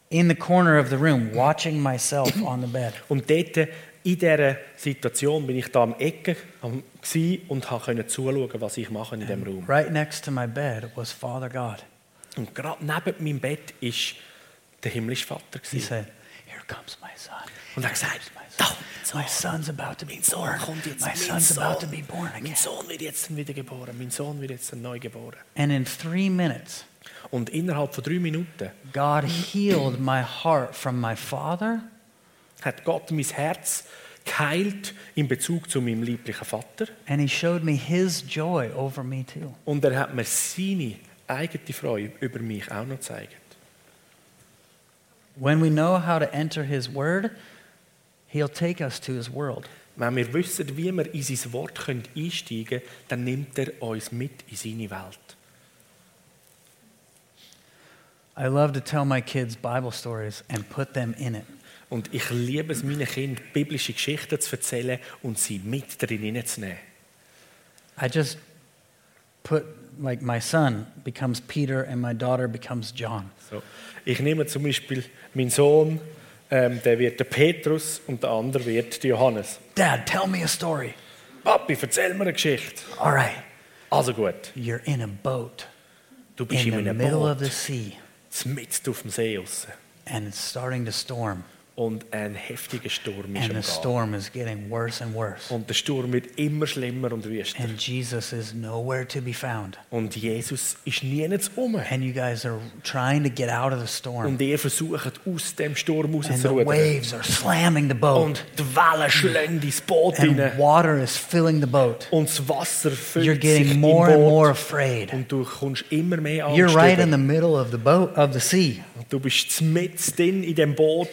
in the corner of the room watching myself on the bed.
Und dort, in dieser Situation, bin ich da am Ecke am- gsi und konnte zuschauen, was ich mache in diesem Raum.
Right next to my bed was Father God.
Und gerade neben meinem Bett war der himmlische Vater.
He
gsi.
said, Here comes my son.
Und er hat gesagt, da,
My son's about to be born.
kommt jetzt
My
mein
son's
Sohn.
about to be born
Mein
again.
Sohn wird jetzt wiedergeboren, mein Sohn wird jetzt neu geboren.
And in three minutes,
Und innerhalb von drei Minuten
God healed my heart from my father
hat Gott mein Herz geheilt in Bezug zu meinem lieblichen Vater.
and he showed me his joy over me too.
Und er hat mir seine eigene Freude über mich auch noch gezeigt.
When we know how to enter his word, he'll take us to his world.
Wenn wir wissen, wie wir in sein Wort können einsteigen können, dann nimmt er uns mit in seine Welt.
I love to tell my kids Bible stories and put them in it.
Und ich liebe es, meinen Kindern biblische Geschichten zu erzählen und sie mit drin hineinzunehmen.
I just put, like, my son becomes Peter and my daughter becomes John.
So. Ich nehme zum Beispiel meinen Sohn, ähm, der wird der Petrus und der andere wird der Johannes.
Dad, tell me a story.
Papi, erzähl mir eine Geschichte.
All right,
Also gut,
you're in a boat
du bist
in
in,
the
einem
middle of the
Boot,
sea
mitten auf dem See raus.
and it's starting to storm,
Und ein heftiger Sturm ist
and
am
the
Gang.
storm is getting worse and worse.
Und der Sturm wird immer schlimmer und wüster.
And Jesus is nowhere to be found.
Und Jesus ist nirgends um.
And you guys are trying to get out of the storm,
Und ihr versucht, aus dem Sturm
and the
rauszurudern.
waves are slamming the boat,
Und die Wellen schlagen ins Boot
and
rein.
water is filling the boat.
Und das Wasser
You're
füllt sich
getting
im
more and more
Boot.
afraid.
Und du kommst immer mehr Angst
You're right
über.
in the middle of the boat of the sea.
Und Du bist mitten drin in dem Boot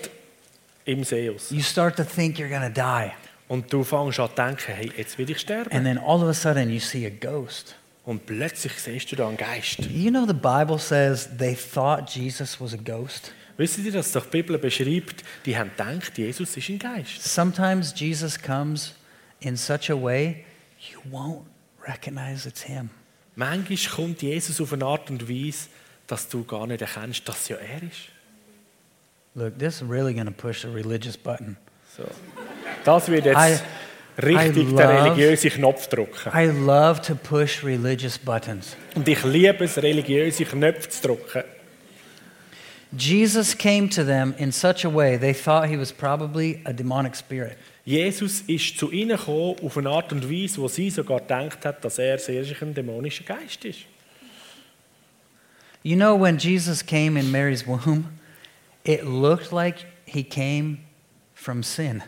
im See raus.
You start to think you're going to die.
Und du fängst an zu denken, hey, jetzt will ich sterben.
And then all of a sudden you see a ghost.
Und plötzlich siehst du da einen Geist.
You know the Bible says they thought Jesus was a ghost.
Wisst ihr, dass doch die Bibel beschreibt, die haben gedacht, Jesus ist ein Geist.
Sometimes Jesus comes in such a way you won't recognize it's him.
Manchmal kommt Jesus auf eine Art und Weise, dass du gar nicht erkennst, dass es ja er ist.
Look, this is really going to push a religious button.
So. Das wird jetzt
I-
richtig
I
der
love-
religiöse Knopf drücken.
I love to push religious buttons.
Und ich liebe es, religiöse Knöpfe zu drücken.
Jesus came to them in such a way they thought he was probably a demonic spirit.
Jesus ist zu ihnen gekommen auf eine Art und Weise, wo sie sogar gedacht hat, dass er sehr ein dämonischer Geist ist.
You know, when Jesus came in Mary's womb, it looked like he came from sin.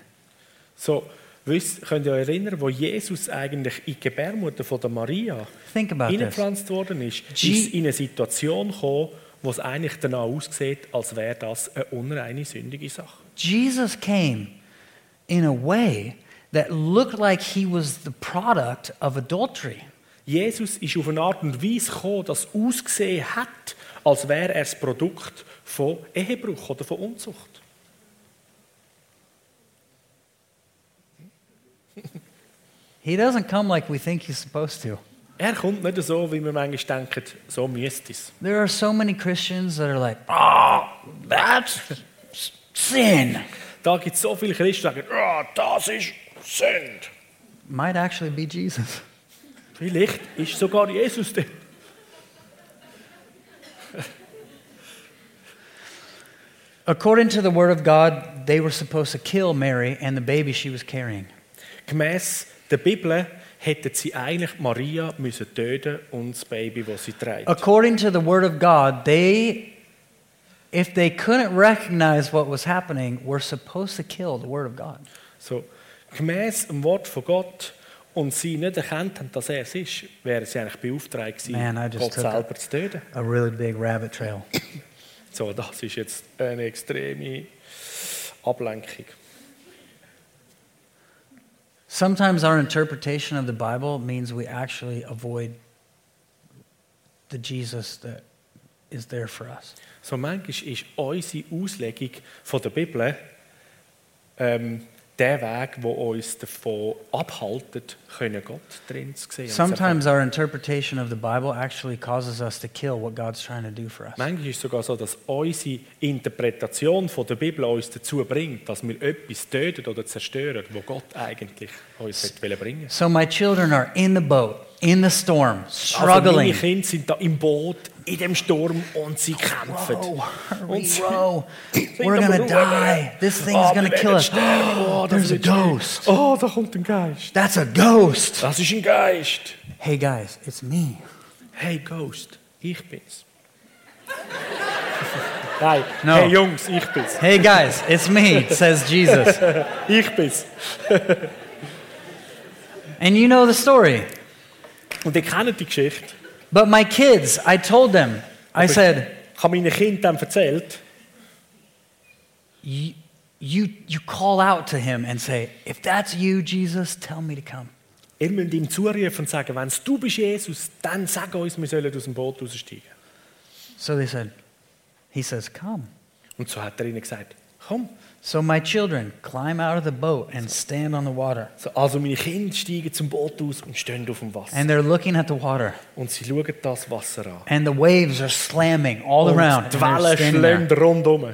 So, Wisst, könnt ihr euch erinnern, wo Jesus eigentlich in die Gebärmutter von der Maria
Think about this.
hineingepflanzt worden ist,
Je-
ist in eine Situation gekommen, wo es eigentlich danach aussieht, als wäre das eine unreine, sündige Sache.
Jesus came in a way that looked like he was the product of adultery.
Jesus ist auf eine Art und Weise gekommen, das ausgesehen hat, als wäre er das Produkt von Ehebruch oder von Unzucht.
He doesn't come like we think he's supposed to.
Er kommt nicht so, wie wir manchmal denken, so müsste es.
There are so many Christians that are like, oh, that's sin.
Da gibt es so viele Christen, die sagen, «Ah, das ist Sünde.
Might actually be Jesus.
Vielleicht ist sogar Jesus der.
According to the Word of God, they were supposed to kill Mary and the baby she was carrying.
Gemäss der Bibel hätten sie eigentlich Maria müssen töten und das Baby, das sie trägt.
According to the Word of God, they, if they couldn't recognize what was happening, were supposed to kill the Word of God.
So, gemäss dem Wort von Gott und sie nicht erkannt haben, dass er es ist, wären sie eigentlich beauftragt gewesen,
Man, I just
Gott
took a-
selber zu töten.
A really big rabbit trail.
So, das ist jetzt eine extreme Ablenkung.
Sometimes our interpretation of the Bible means we actually avoid the Jesus that is there for us.
So manchmal ist unsere Auslegung von der Bibel ähm, der Weg, der uns davon abhaltet, können Gott drin zu sehen.
Sometimes our interpretation of the Bible actually causes us to kill what God's trying to do for us.
Manchmal ist es sogar so, dass unsere Interpretation von der Bibel uns dazu bringt, dass wir etwas töten oder zerstören, wo Gott eigentlich uns hat wollen bringen
So my children are in the boat, in the storm,
Also meine
struggling.
Kinder sind da im Boot, in dem Sturm und sie kämpfen.
We
Und sie-
row.
sind
We're
am
gonna
Ruder.
die. This thing
Ah,
is
wir
gonna
werden
kill us.
sterben. Oh, das
There's a
wird schlimm.
ghost.
Oh, da kommt ein Geist.
That's a ghost.
Das ist ein Geist.
Hey guys, it's me.
Hey Ghost, ich bin's. Nein,
No.
hey Jungs, ich bin's.
Hey guys, it's me, says Jesus.
Ich bin's.
And you know the story.
Und ihr kennt die Geschichte.
But my kids, I told them, I said,
Ich habe meinen Kindern dann erzählt,
you, you, you call out to him and say, if that's you, Jesus, tell me to come.
ihr müsst ihm zurufen und sagen, wenn es du bist, Jesus, dann sag uns, wir sollen aus dem Boot raussteigen.
So they said, he says, come.
Und so hat er ihnen gesagt, komm.
So my children climb out of the boat and stand on the water.
So, Also meine Kinder steigen zum Boot aus und stehen auf dem Wasser.
And they're looking at the water.
Und sie schauen das Wasser an.
And the waves are slamming all around.
und die
And, they're
Wellen
standing there.
schlendern rundum.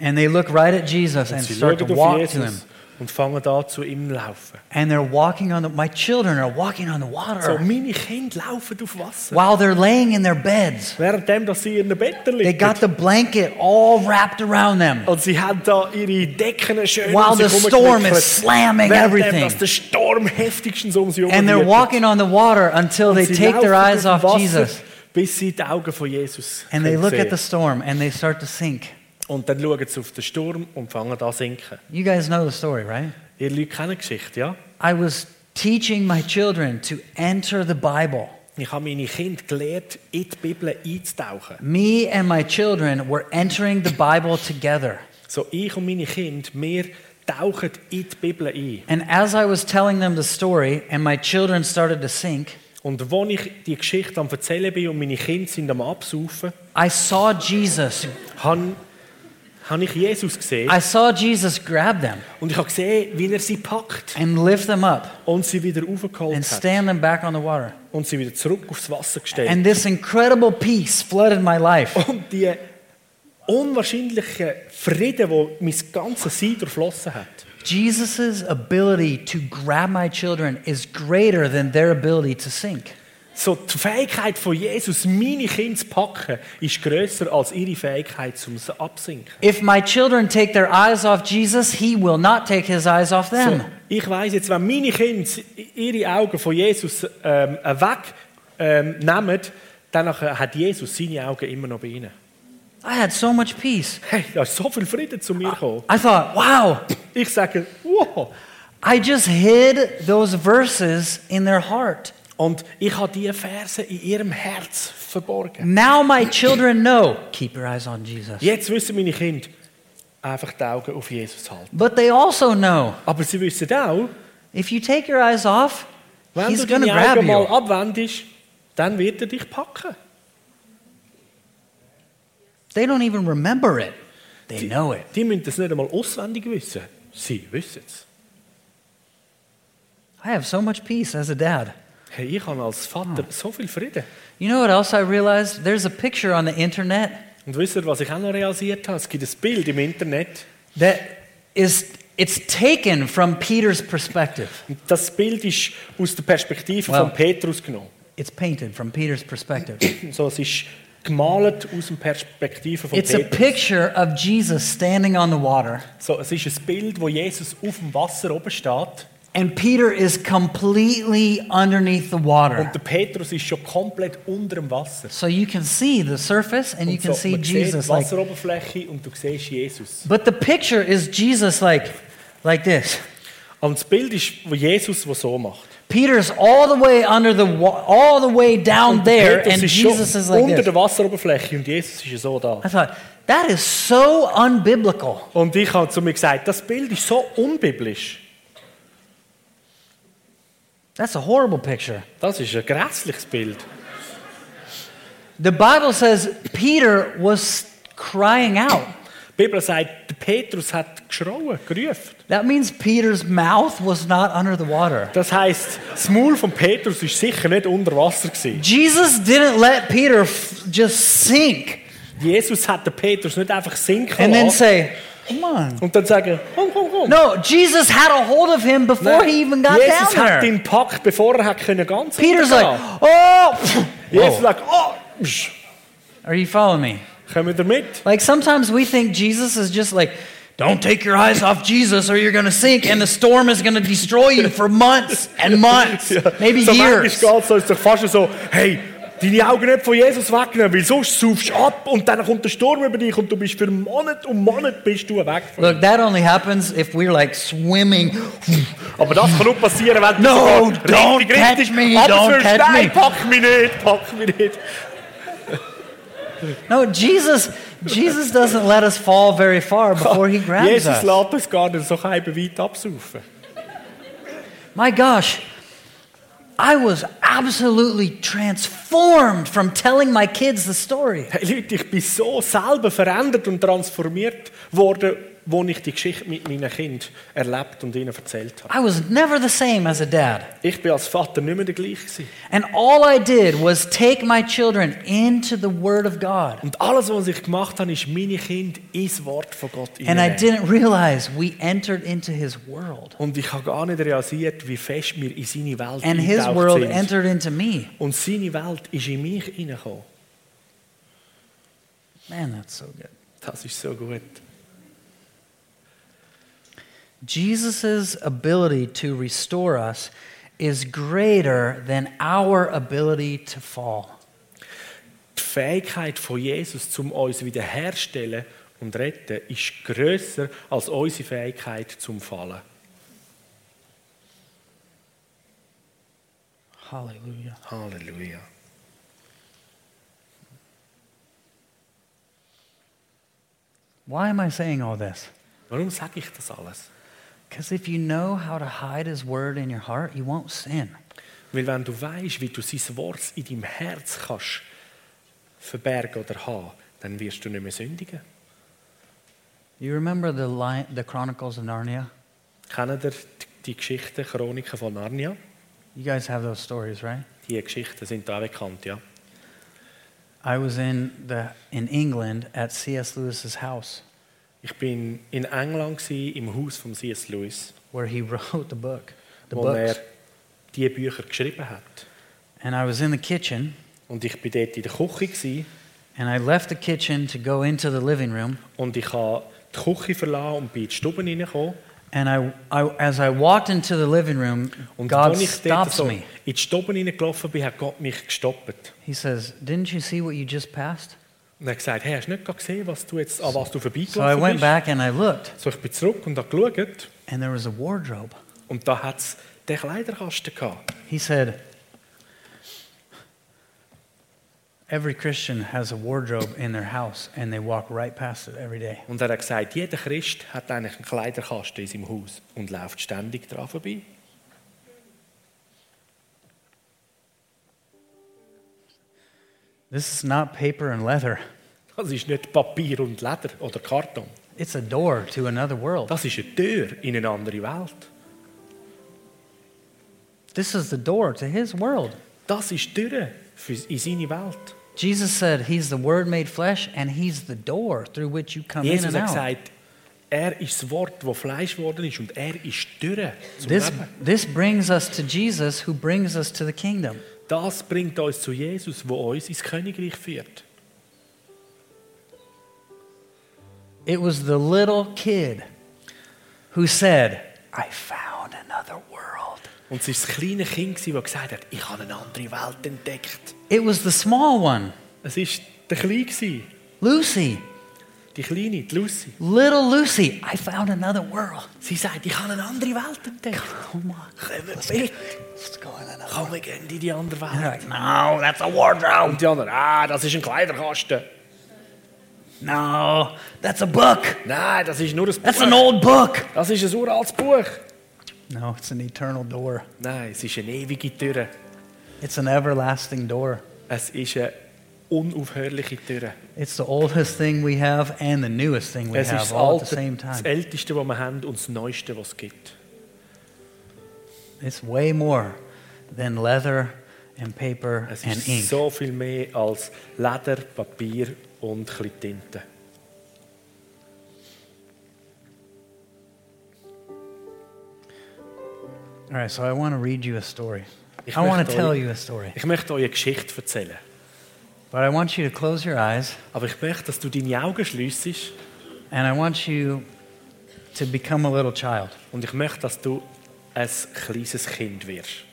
And they look right at Jesus
Und
and
sie
start
schauen
to
auf
walk to him.
Jesus und fangen an, zu ihm zu laufen.
And they're walking on the, my children are walking on the
So,
water
meine Kinder laufen auf Wasser.
while they're laying in their beds.
Währenddem, dass sie in ihren Betten
They
liegen.
got the blanket all wrapped around them.
Und sie haben da ihre Decken schön
While
um sich
the
herumgeknickert.
storm is slamming
Währenddem,
everything.
dass der Sturm heftigstens um sie
And they're
herumwirft.
walking on the water until they
Sie
take
laufen
their eyes
durch
off
das Wasser,
Jesus.
Bis sie die Augen von Jesus
And they
können
look at the
sehen.
storm and they start to sink.
Und dann schauen sie auf den Sturm und fangen an zu sinken.
You guys know the story, right?
Ihr Leute kennen die Geschichte, ja?
I was teaching my children to enter the Bible.
Ich habe meine Kinder gelehrt, in die Bibel einzutauchen.
Me and my children were entering the Bible together.
So ich und meine Kinder, wir tauchen in die Bibel ein.
And as I was telling them the story and my children started to sink,
Und als ich die Geschichte am erzählen bin und meine Kinder sind am Absaufen,
I saw Jesus.
habe hab ich Jesus gesehen
I saw Jesus grab them
und ich habe gesehen, wie er sie packt
and lift them up
und sie wieder aufgeholt
and
hat
stand them back on the water.
und sie wieder zurück aufs Wasser gestellt.
And this incredible peace flooded my life.
und die unwahrscheinliche Frieden, wo mein ganzes Sein durchflossen hat.
Jesus' ability to grab my children is greater than their ability to sink.
So die Fähigkeit von Jesus, meine Kinder zu packen, ist größer als ihre Fähigkeit zum S- Absinken.
If my children take their eyes off Jesus, he will not take his eyes off them.
So, ich weiß jetzt, wenn meine Kinder ihre Augen von Jesus ähm, weg ähm, nehmen, dann nachher hat Jesus seine Augen immer noch bei ihnen.
I had so much peace.
Hey, da ist so viel Frieden zu mir gekommen.
I thought, wow,
Ich sage, wow,
I just hid those verses in their heart.
Und ich habe diese Verse in ihrem Herz verborgen.
Now my children know, keep your eyes on Jesus.
Jetzt wissen meine Kinder, einfach die Augen auf Jesus halten.
But they also know,
Aber sie wissen auch,
if you take your eyes off,
wenn
he's
du
going to
deine
grab
Augen mal
you.
abwendest, dann wird er dich packen.
They don't even remember it. They know it.
Die müssen das nicht einmal auswendig wissen. Sie wissen es.
I have so much peace as a dad.
Hey, ich habe als
Ah.
Vater so viel Frieden.
You know what else I realized? There's a picture on the internet
Und wisst ihr, was ich auch noch realisiert habe? Es gibt ein Bild im Internet.
that is it's taken from Peter's perspective.
Und das Bild ist aus der Perspektive
Wow.
von Petrus genommen.
It's painted from Peter's perspective.
So, es ist gemalt aus der Perspektive von
It's a
Petrus.
picture of Jesus standing on the water,
So, es ist ein Bild, wo Jesus auf dem Wasser oben steht.
and Peter is completely underneath the water.
Und der Petrus ist schon komplett unter dem Wasser.
So you can see the surface and you
Und
can
so,
see
man
Jesus
sieht die
like
Wasseroberfläche und du siehst Jesus.
But the picture is Jesus like like this.
Und das Bild ist wo Jesus, der so macht.
Peter's all the way under the wa- all the way down
Der
there
Petrus
and
ist schon
Jesus is like
unter
this.
der Wasseroberfläche und Jesus ist so da.
I thought that is so unbiblical.
Und ich habe zu mir gesagt, das Bild ist so unbiblisch.
That's a horrible picture.
Das ist ein grässliches Bild.
The Bible says Peter was crying out.
Die Bibel sagt, der Petrus hat geschrauen, gerufen.
That means Peter's mouth was not under the water.
Das heisst, das Maul von Petrus war sicher nicht unter Wasser. Gewesen.
Jesus didn't let Peter f- just sink
Jesus hat den Petrus nicht einfach sinken
and then
lassen
say, "Come on."
und dann sagen, komm, komm, komm.
No, Jesus had a hold of him before he even got
Jesus
down
hat
there.
ihn gepackt, bevor er hat können ganz
Peter's like,
runtergehen.
"Oh."
Jesus
Whoa.
sagt, oh, psch,
Are you following me?
kommen wir mit.
Like sometimes we think Jesus is just like, don't take your eyes off Jesus or you're going to sink and the storm is going to destroy you for months and months, maybe
so
years.
Manchmal geht es doch fast so, hey, deine Augen nicht von Jesus wegnehmen, weil sonst saufst du ab und dann kommt der Sturm über dich und du bist für einen Monat und Monat bist du weg. von-
Look, that only happens if we're like swimming.
Aber das kann nur passieren, wenn du
No,
sogar
don't catch me, don't
abführst.
catch
Nein,
me.
pack mich nicht, pack mich nicht.
No, Jesus, Jesus doesn't let us fall very far before he grabs
Jesus
us.
lässt uns gar nicht so halb weit absaufen.
My gosh, I was absolutely transformed from telling my kids the story.
Hey Leute, ich bin so selber verändert und transformiert worden, wo ich die Geschichte mit meinen Kindern erlebt und ihnen erzählt habe.
I was never the same as a dad.
Ich bin als Vater nicht mehr der gleiche. gewesen.
And all I did was take my children into the Word of God.
Und alles, was ich gemacht habe, ist meine Kinder ins Wort von Gott
And I
hineinnehmen.
didn't realize we entered into His world.
Und ich habe gar nicht realisiert, wie fest wir in seine Welt
And His
eingetaucht
world
sind.
entered into me.
Und seine Welt ist in mich hineingekommen.
Man, that's so good.
Das ist so gut.
Jesus' ability to restore us is greater than our ability to fall.
Die Fähigkeit von Jesus, zum uns wiederherstellen und retten, ist größer als unsere Fähigkeit zum Fallen.
Hallelujah.
Halleluja.
Why am I saying all this?
Warum sage ich das alles?
Because if you know how to hide His Word in your heart, you won't sin.
Weil wenn du weißt, wie du sein Wort in deinem Herz kannst verbergen oder haben, dann wirst du nicht mehr sündigen.
You remember the, Lion, the Chronicles of Narnia?
Kennt ihr die- die Geschichten, Chroniken von Narnia?
You guys have those stories, right?
Die Geschichten sind da bekannt, ja.
I was in the in England at C.S. Lewis's house
Ich bin in England gsi, im Haus von C.S. Lewis,
where he wrote the book, the
wo
books.
er die Bücher geschrieben hat.
And I was in the kitchen,
Und ich bin dort in der Küche gsi
and I left the kitchen to go into the living room.
und ich habe die Küche verlassen und bin in die Stube reingekommen.
And I, I as I walked into the living room,
Und
God
als ich dort
stops
so in
me.
die Stube reingelaufen bin, hat Gott mich gestoppt.
He says, "Didn't you see what you just passed?"
Und er hat gesagt, hey, hast du nicht gerade gesehen, was du jetzt, an was du
So I
vorbeigelaufen
went
bist?
back and I looked,
So ich bin zurück und habe geschaut
and there was a wardrobe
Und da hat es den Kleiderkasten gehabt.
He said, Every Christian has a wardrobe in their house and they walk right past it every day.
Und er hat gesagt, jeder Christ hat eigentlich einen Kleiderkasten in seinem Haus und läuft ständig dran vorbei.
This is not paper and leather,
Das ist nicht Papier und Leder oder Karton.
it's a door to another world.
Das ist eine Tür in eine andere Welt.
This is the door to his world.
Das ist die Tür für, in seine Welt.
Jesus said, He's the Word made flesh and He's the door through which you come in
Jesus
and
hat
out.
gesagt, er ist das Wort, das Fleisch geworden ist und er ist die Tür zum
This,
Leben.
this brings us to Jesus, who brings us to the kingdom.
Das bringt uns zu Jesus, wo uns ins Königreich führt.
It was the little kid who said, I found another world.
Und es war das kleine Kind, gewesen, das gesagt hat, ich habe eine andere Welt entdeckt.
It was the small one,
Es war der Kleine, gewesen,
Lucy,
die Kleine, die Lucy.
little Lucy. I found another world.
Sie sagt, ich habe eine andere Welt entdeckt.
Come on,
Kommen wir mit,
let's go in another.
komm, wir gehen in die andere Welt.
They're like, no, that's a wardrobe.
Und die anderen, ah, das ist ein Kleiderkasten.
No, that's a book.
Nein, das ist nur ein
That's an
Buch.
old book.
Das ist ein uraltes Buch.
No, it's an eternal door.
Nein, es ist eine ewige Tür.
It's an everlasting door.
Es ist eine unaufhörliche Tür.
It's the oldest thing we have and the newest thing we
Es ist
have
das,
all at
Alte,
the same
das
time.
Älteste, was wir haben und das Neueste, was es gibt.
It's way more than leather and paper
Es
and
ist
ink.
so viel mehr als Leder, Papier und ein bisschen Tinte.
All right, so I want to read you a story.
Ich
I want to
möchte
tell
euch-
you a story.
Ich möchte euch eine Geschichte erzählen.
But I want you to close your eyes
Aber ich möchte, dass du deine Augen schliessest
and I want you to become a little child.
und ich möchte, dass du ein kleines Kind wirst.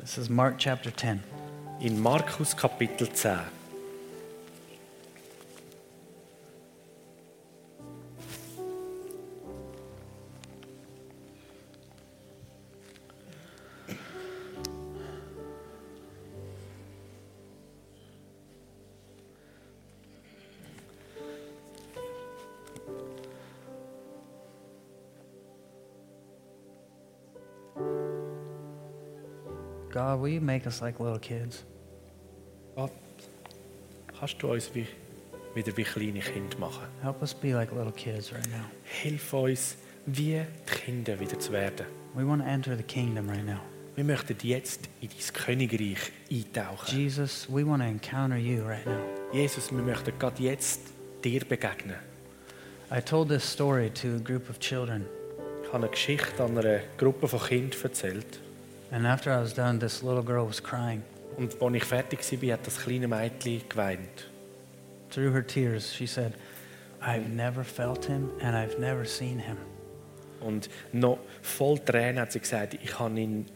This is Mark chapter 10.
In Markus Kapitel 10.
God, will you make us like little kids?
Gott, kannst du uns wie, wieder wie kleine Kinder machen?
Help us be like little kids right now.
Hilf uns, wie die Kinder wieder zu werden.
We want to enter the kingdom right now.
Wir möchten jetzt in dein Königreich eintauchen.
Jesus, we want to encounter you right now.
Jesus, wir möchten gerade jetzt dir begegnen.
I told this story to a group of children,
Ich habe eine Geschichte an einer Gruppe von Kindern erzählt.
and after I was done, this little girl was crying.
Und als ich fertig war, hat das kleine Mädchen geweint.
Through her tears, she said, I've never felt him and I've never seen him.
Und noch voll Tränen hat sie gesagt, ich habe ihn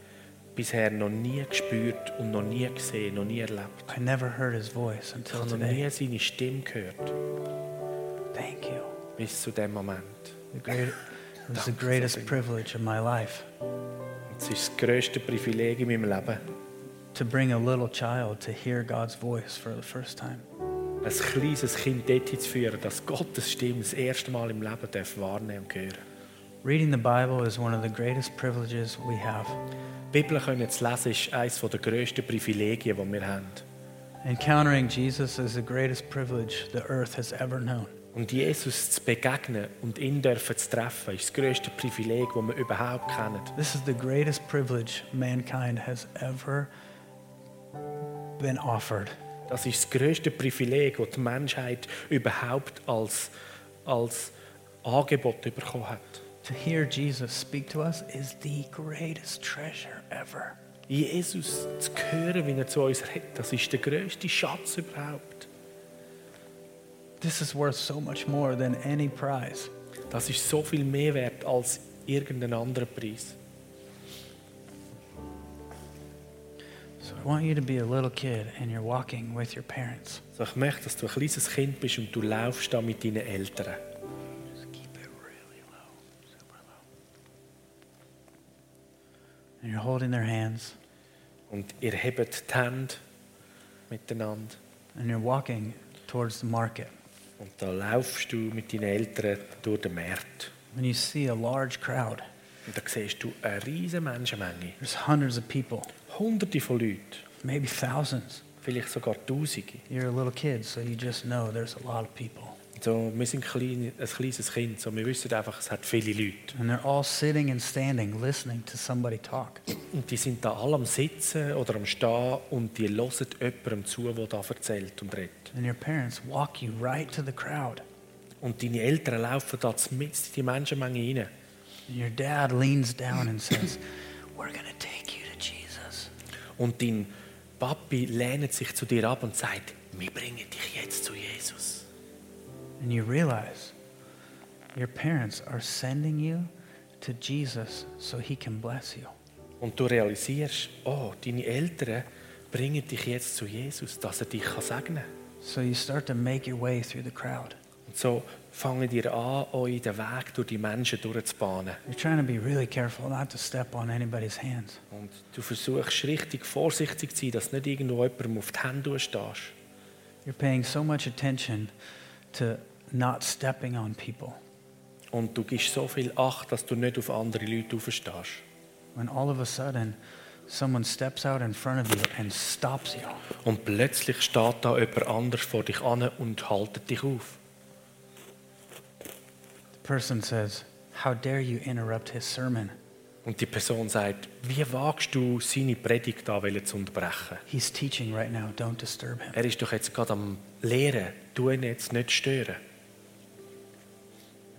bisher noch nie gespürt und noch nie gesehen, noch nie erlebt.
I never heard his voice
Ich
until
habe noch nie
today.
seine Stimme gehört,
Thank you.
bis zu dem Moment.
The great, it was the greatest privilege of my life
Und Es ist das grösste Privileg in meinem Leben,
to bring a little child to hear God's voice for the first time.
ein kleines Kind dorthin zu führen, dass Gottes Stimme das erste Mal im Leben darf wahrnehmen und hören
Reading the Bible is one of the greatest privileges we have.
Die Bibel können zu lesen, ist eines der grössten Privilegien, die wir haben.
Encountering Jesus is the greatest privilege the earth has ever known.
Und Jesus zu begegnen und ihn dürfen zu treffen, ist das grösste Privileg, das wir überhaupt kennen.
This is the greatest privilege mankind has ever been offered.
Das ist das grösste Privileg, das die Menschheit überhaupt als, als Angebot bekommen hat.
To hear Jesus speak to us is the greatest treasure ever.
Jesus zu hören, wie er zu uns redet, das ist der grösste Schatz überhaupt.
This is worth so much more than any prize.
Das ist so viel mehr wert als irgendein anderer Preis.
So I want you to be a little kid and you're walking with your parents.
Also ich möchte, dass du ein kleines Kind bist und du laufst da mit deinen Eltern.
Just keep it really low, super low. And you're holding their hands
Und ihr hebt die Hände miteinander.
and you're walking towards the market.
Und da laufst du mit deinen Eltern durch den Markt.
And you see a large crowd.
Und da siehst du eine riesige Menschenmenge.
There's hundreds of people,
Hunderte von Leuten,
maybe thousands.
vielleicht sogar Tausende.
You're a little kid, so you just know there's a lot of people.
So, wir sind klein, ein kleines Kind, so wir wissen einfach, es hat viele Leute.
And they're all sitting and standing, listening to somebody talk.
Und die sind da alle am Sitzen oder am Stehen und die hören jemandem zu, der da erzählt und redet.
And your parents walk you right to the crowd.
Und deine Eltern laufen da mitten in die Menschenmenge rein.
And your dad leans down and says, We're going to take you to Jesus.
Und dein Papi lehnt sich zu dir ab und sagt, wir bringen dich jetzt zu Jesus.
And you realize your parents are sending you to Jesus so he can bless you.
Und du realisierst, oh, deine Eltern bringen dich jetzt zu Jesus, dass er dich kann segnen kann.
So you start to make your way through the crowd.
Und so fangen dir an, euch den Weg durch die Menschen durchzubahnen.
You're trying to be really careful not to step on anybody's hands.
Und du versuchst richtig vorsichtig zu sein, dass nicht irgendwo jemandem auf die Hände stehst.
You're paying so much attention to not stepping on people
Und du gibst so viel Acht, dass du nicht auf andere Leute aufstehst.
when all of a sudden someone steps out in front of you and stops you.
Und plötzlich steht da jemand anders vor dich an und haltet dich auf.
The person says, How dare you interrupt his sermon?
Und die Person sagt, wie wagst du, seine Predigt da wollen zu unterbrechen?
He's teaching right now, don't disturb him.
Er ist doch jetzt gerade am Lehren. Tu ihn jetzt nicht stören.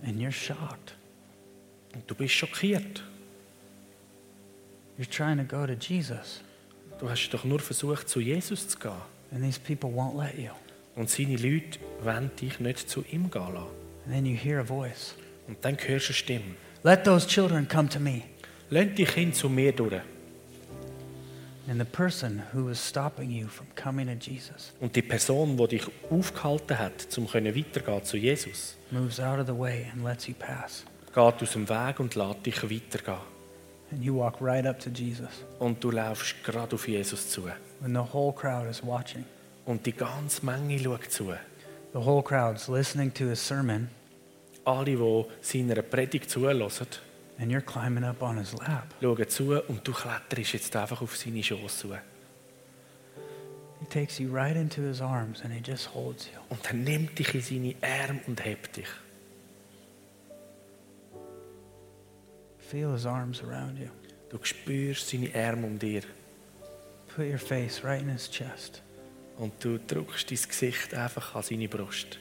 And you're shocked.
Und du bist schockiert.
You're trying to go to Jesus,
Du hast doch nur versucht, zu Jesus zu gehen.
and these people won't let you.
Und seine Leute wollen dich nicht zu ihm gehen lassen.
And then you hear a voice
Und dann hörst du eine Stimme.
Let those children come to me.
Lass die Kinder zu mir durch.
And the person who was stopping you from coming to Jesus
Und die Person, die dich aufgehalten hat, um weitergehen zu Jesus,
moves out of the way and lets you pass.
geht aus dem Weg und lässt dich weitergehen.
And you walk right up to Jesus
Und du läufst gerade auf Jesus zu.
when the whole crowd is watching.
Und die ganze Menge schaut zu.
The whole crowd's listening to his sermon,
Alle, die seiner Predigt zuhören,
and you're climbing up on his lap.
schauen zu und du kletterst jetzt einfach auf seine Schoß zu.
He takes you right into his arms and he just holds you.
Und er nimmt dich in seine Arme und hebt dich.
Feel his arms around you.
Du spürst seine Arme um dir.
Put your face right in his chest.
Und du drückst dein Gesicht einfach an seine Brust.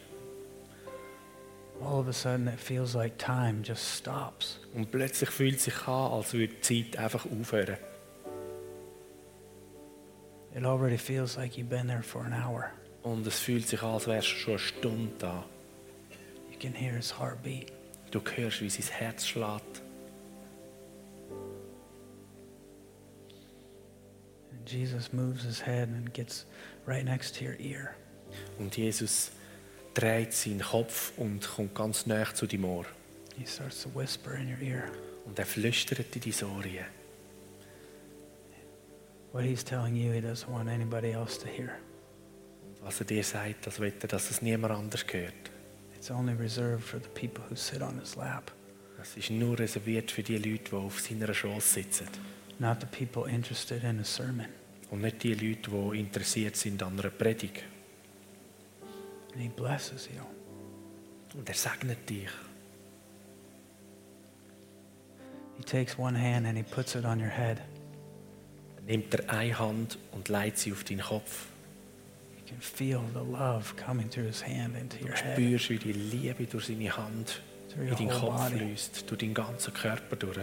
All of a sudden, it feels like time just stops.
Und plötzlich fühlt es sich an, als würde die Zeit einfach aufhören.
It already feels like you've been there for an hour.
Und es fühlt sich an, als wärst du schon eine Stunde da.
You can hear his heartbeat.
Du hörst, wie sein Herz schlägt.
And Jesus moves his head and gets right next to your ear.
Und Jesus dreht seinen Kopf und kommt ganz nah zu deinem Ohr.
He starts to whisper in your ear.
Und er flüstert in dein Ohr. rein.
What he's telling you, he doesn't want anybody else to hear.
Was er dir sagt, das will er, dass es niemand anders hört.
It's only reserved for the people who sit on his lap,
Es ist nur reserviert für die Leute, die auf seiner Schoss sitzen.
not the people interested in a sermon.
Und nicht die Leute, die interessiert sind an einer Predigt.
And he blesses you.
Und er segnet dich.
He takes one hand and he puts it on your head.
Dann nimmt er eine Hand und leitet sie auf deinen Kopf.
You can feel the love coming through his hand into your
Du
head,
spürst, wie die Liebe durch seine Hand
through
in
your
deinen
whole
Kopf
body.
fließt, durch deinen ganzen Körper durch.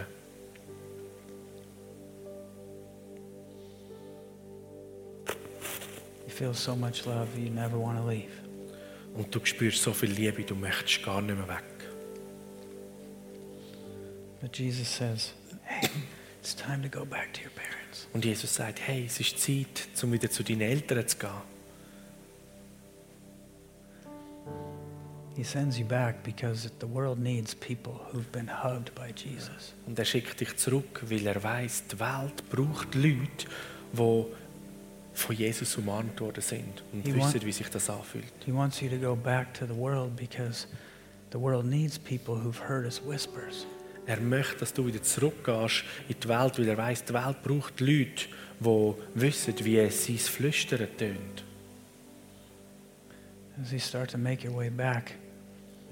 You feel so much love, you never want to leave.
Und du spürst so viel Liebe, du möchtest gar nicht mehr weg.
But Jesus says, Hey, it's time to go back to your parents.
Und Jesus sagt, hey, es ist Zeit, um wieder zu deinen Eltern zu gehen.
He sends you back because the world needs people who've been hugged by Jesus.
Und er schickt dich zurück, weil er weiß, die Welt braucht Leute, die von Jesus umarmt worden sind und
He want-
wissen, wie sich das anfühlt.
He wants you to go back to the world because the world needs people who've heard his whispers.
Er möchte, dass du wieder zurückgehst in die Welt, weil er weiß, die Welt braucht Leute, die wissen, wie sein Flüstern tönt.
As you start to make your way back,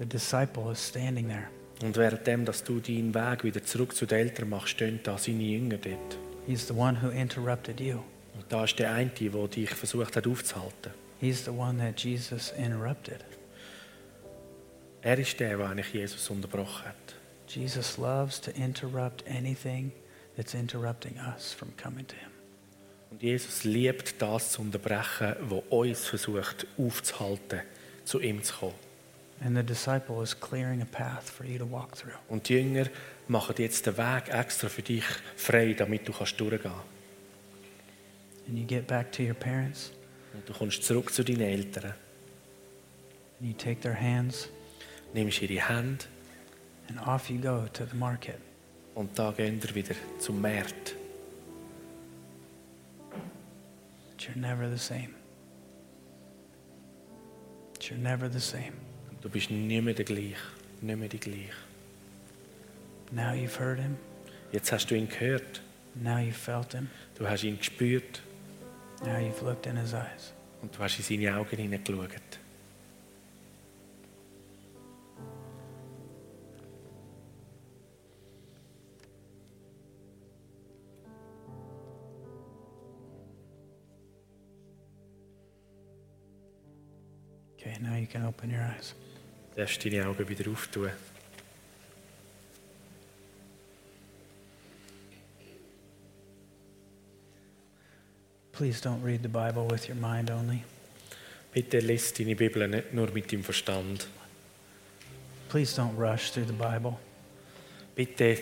the disciple is standing there.
Und währenddem, dass du deinen Weg wieder zurück zu den Eltern machst, stehen da seine Jünger dort.
He's the one who interrupted you.
Und da ist der eine, der dich versucht hat aufzuhalten.
He's the one that Jesus interrupted.
Er ist der, der eigentlich Jesus unterbrochen hat.
Jesus loves to interrupt anything that's interrupting us from coming to him.
Und Jesus liebt das zu unterbrechen, was uns versucht aufzuhalten, zu ihm zu kommen.
And the disciple is clearing a path for you to walk through.
Und die Jünger machen jetzt den Weg extra für dich frei, damit du kannst durchgehen
And you get back to your parents
Und du kommst zurück zu deinen Eltern,
and you take their hands
nimmst ihre Hände
and off you go to the market.
und da gehen wir wieder zum Markt.
But you're never the same. But you're never the same.
Und du bist nicht mehr der gleich, nicht mehr die gleich.
Now you've heard him.
Jetzt hast du ihn gehört,
Now you've felt him.
du hast ihn gespürt
Now you've looked in his eyes.
und du hast in seine Augen hineingeschaut.
Okay, now you can open your eyes.
Du darfst deine Augen wieder auftun.
Please don't read the Bible with your mind only.
Bitte lies deine Bibel nicht nur mit dem Verstand.
Please don't rush through the Bible.
Bitte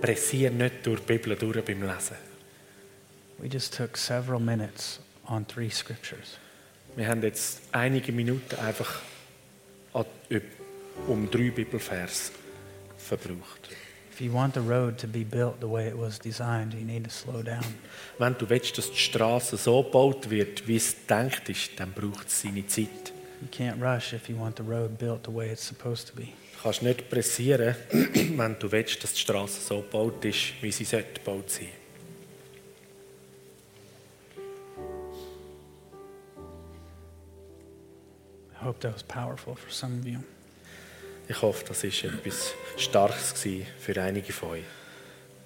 pressiere nicht durch die Bibel durch beim Lesen.
We just took several minutes on three scriptures.
Wir haben jetzt einige Minuten einfach an- üb- um drei Bibelvers verbraucht.
If you want the road to be built the way it was designed, you need to slow down.
Wenn du willst, dass die Straße so gebaut wird, wie es gedacht ist, dann braucht es seine Zeit.
You can't rush if you want the road built the way it's supposed to be.
Du kannst nicht pressieren, wenn du willst, dass die Straße so gebaut ist, wie sie sollte gebaut sein.
I hope that was powerful for some of you.
Ich hoffe, das war etwas Starkes gewesen für einige von euch.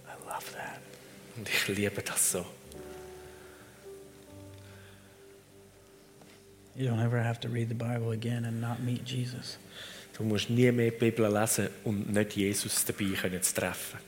I love that.
Und ich liebe das so.
You don't ever have to read the Bible again and not meet Jesus.
um Du musst nie mehr die Bibel lesen und nicht Jesus dabei können zu treffen.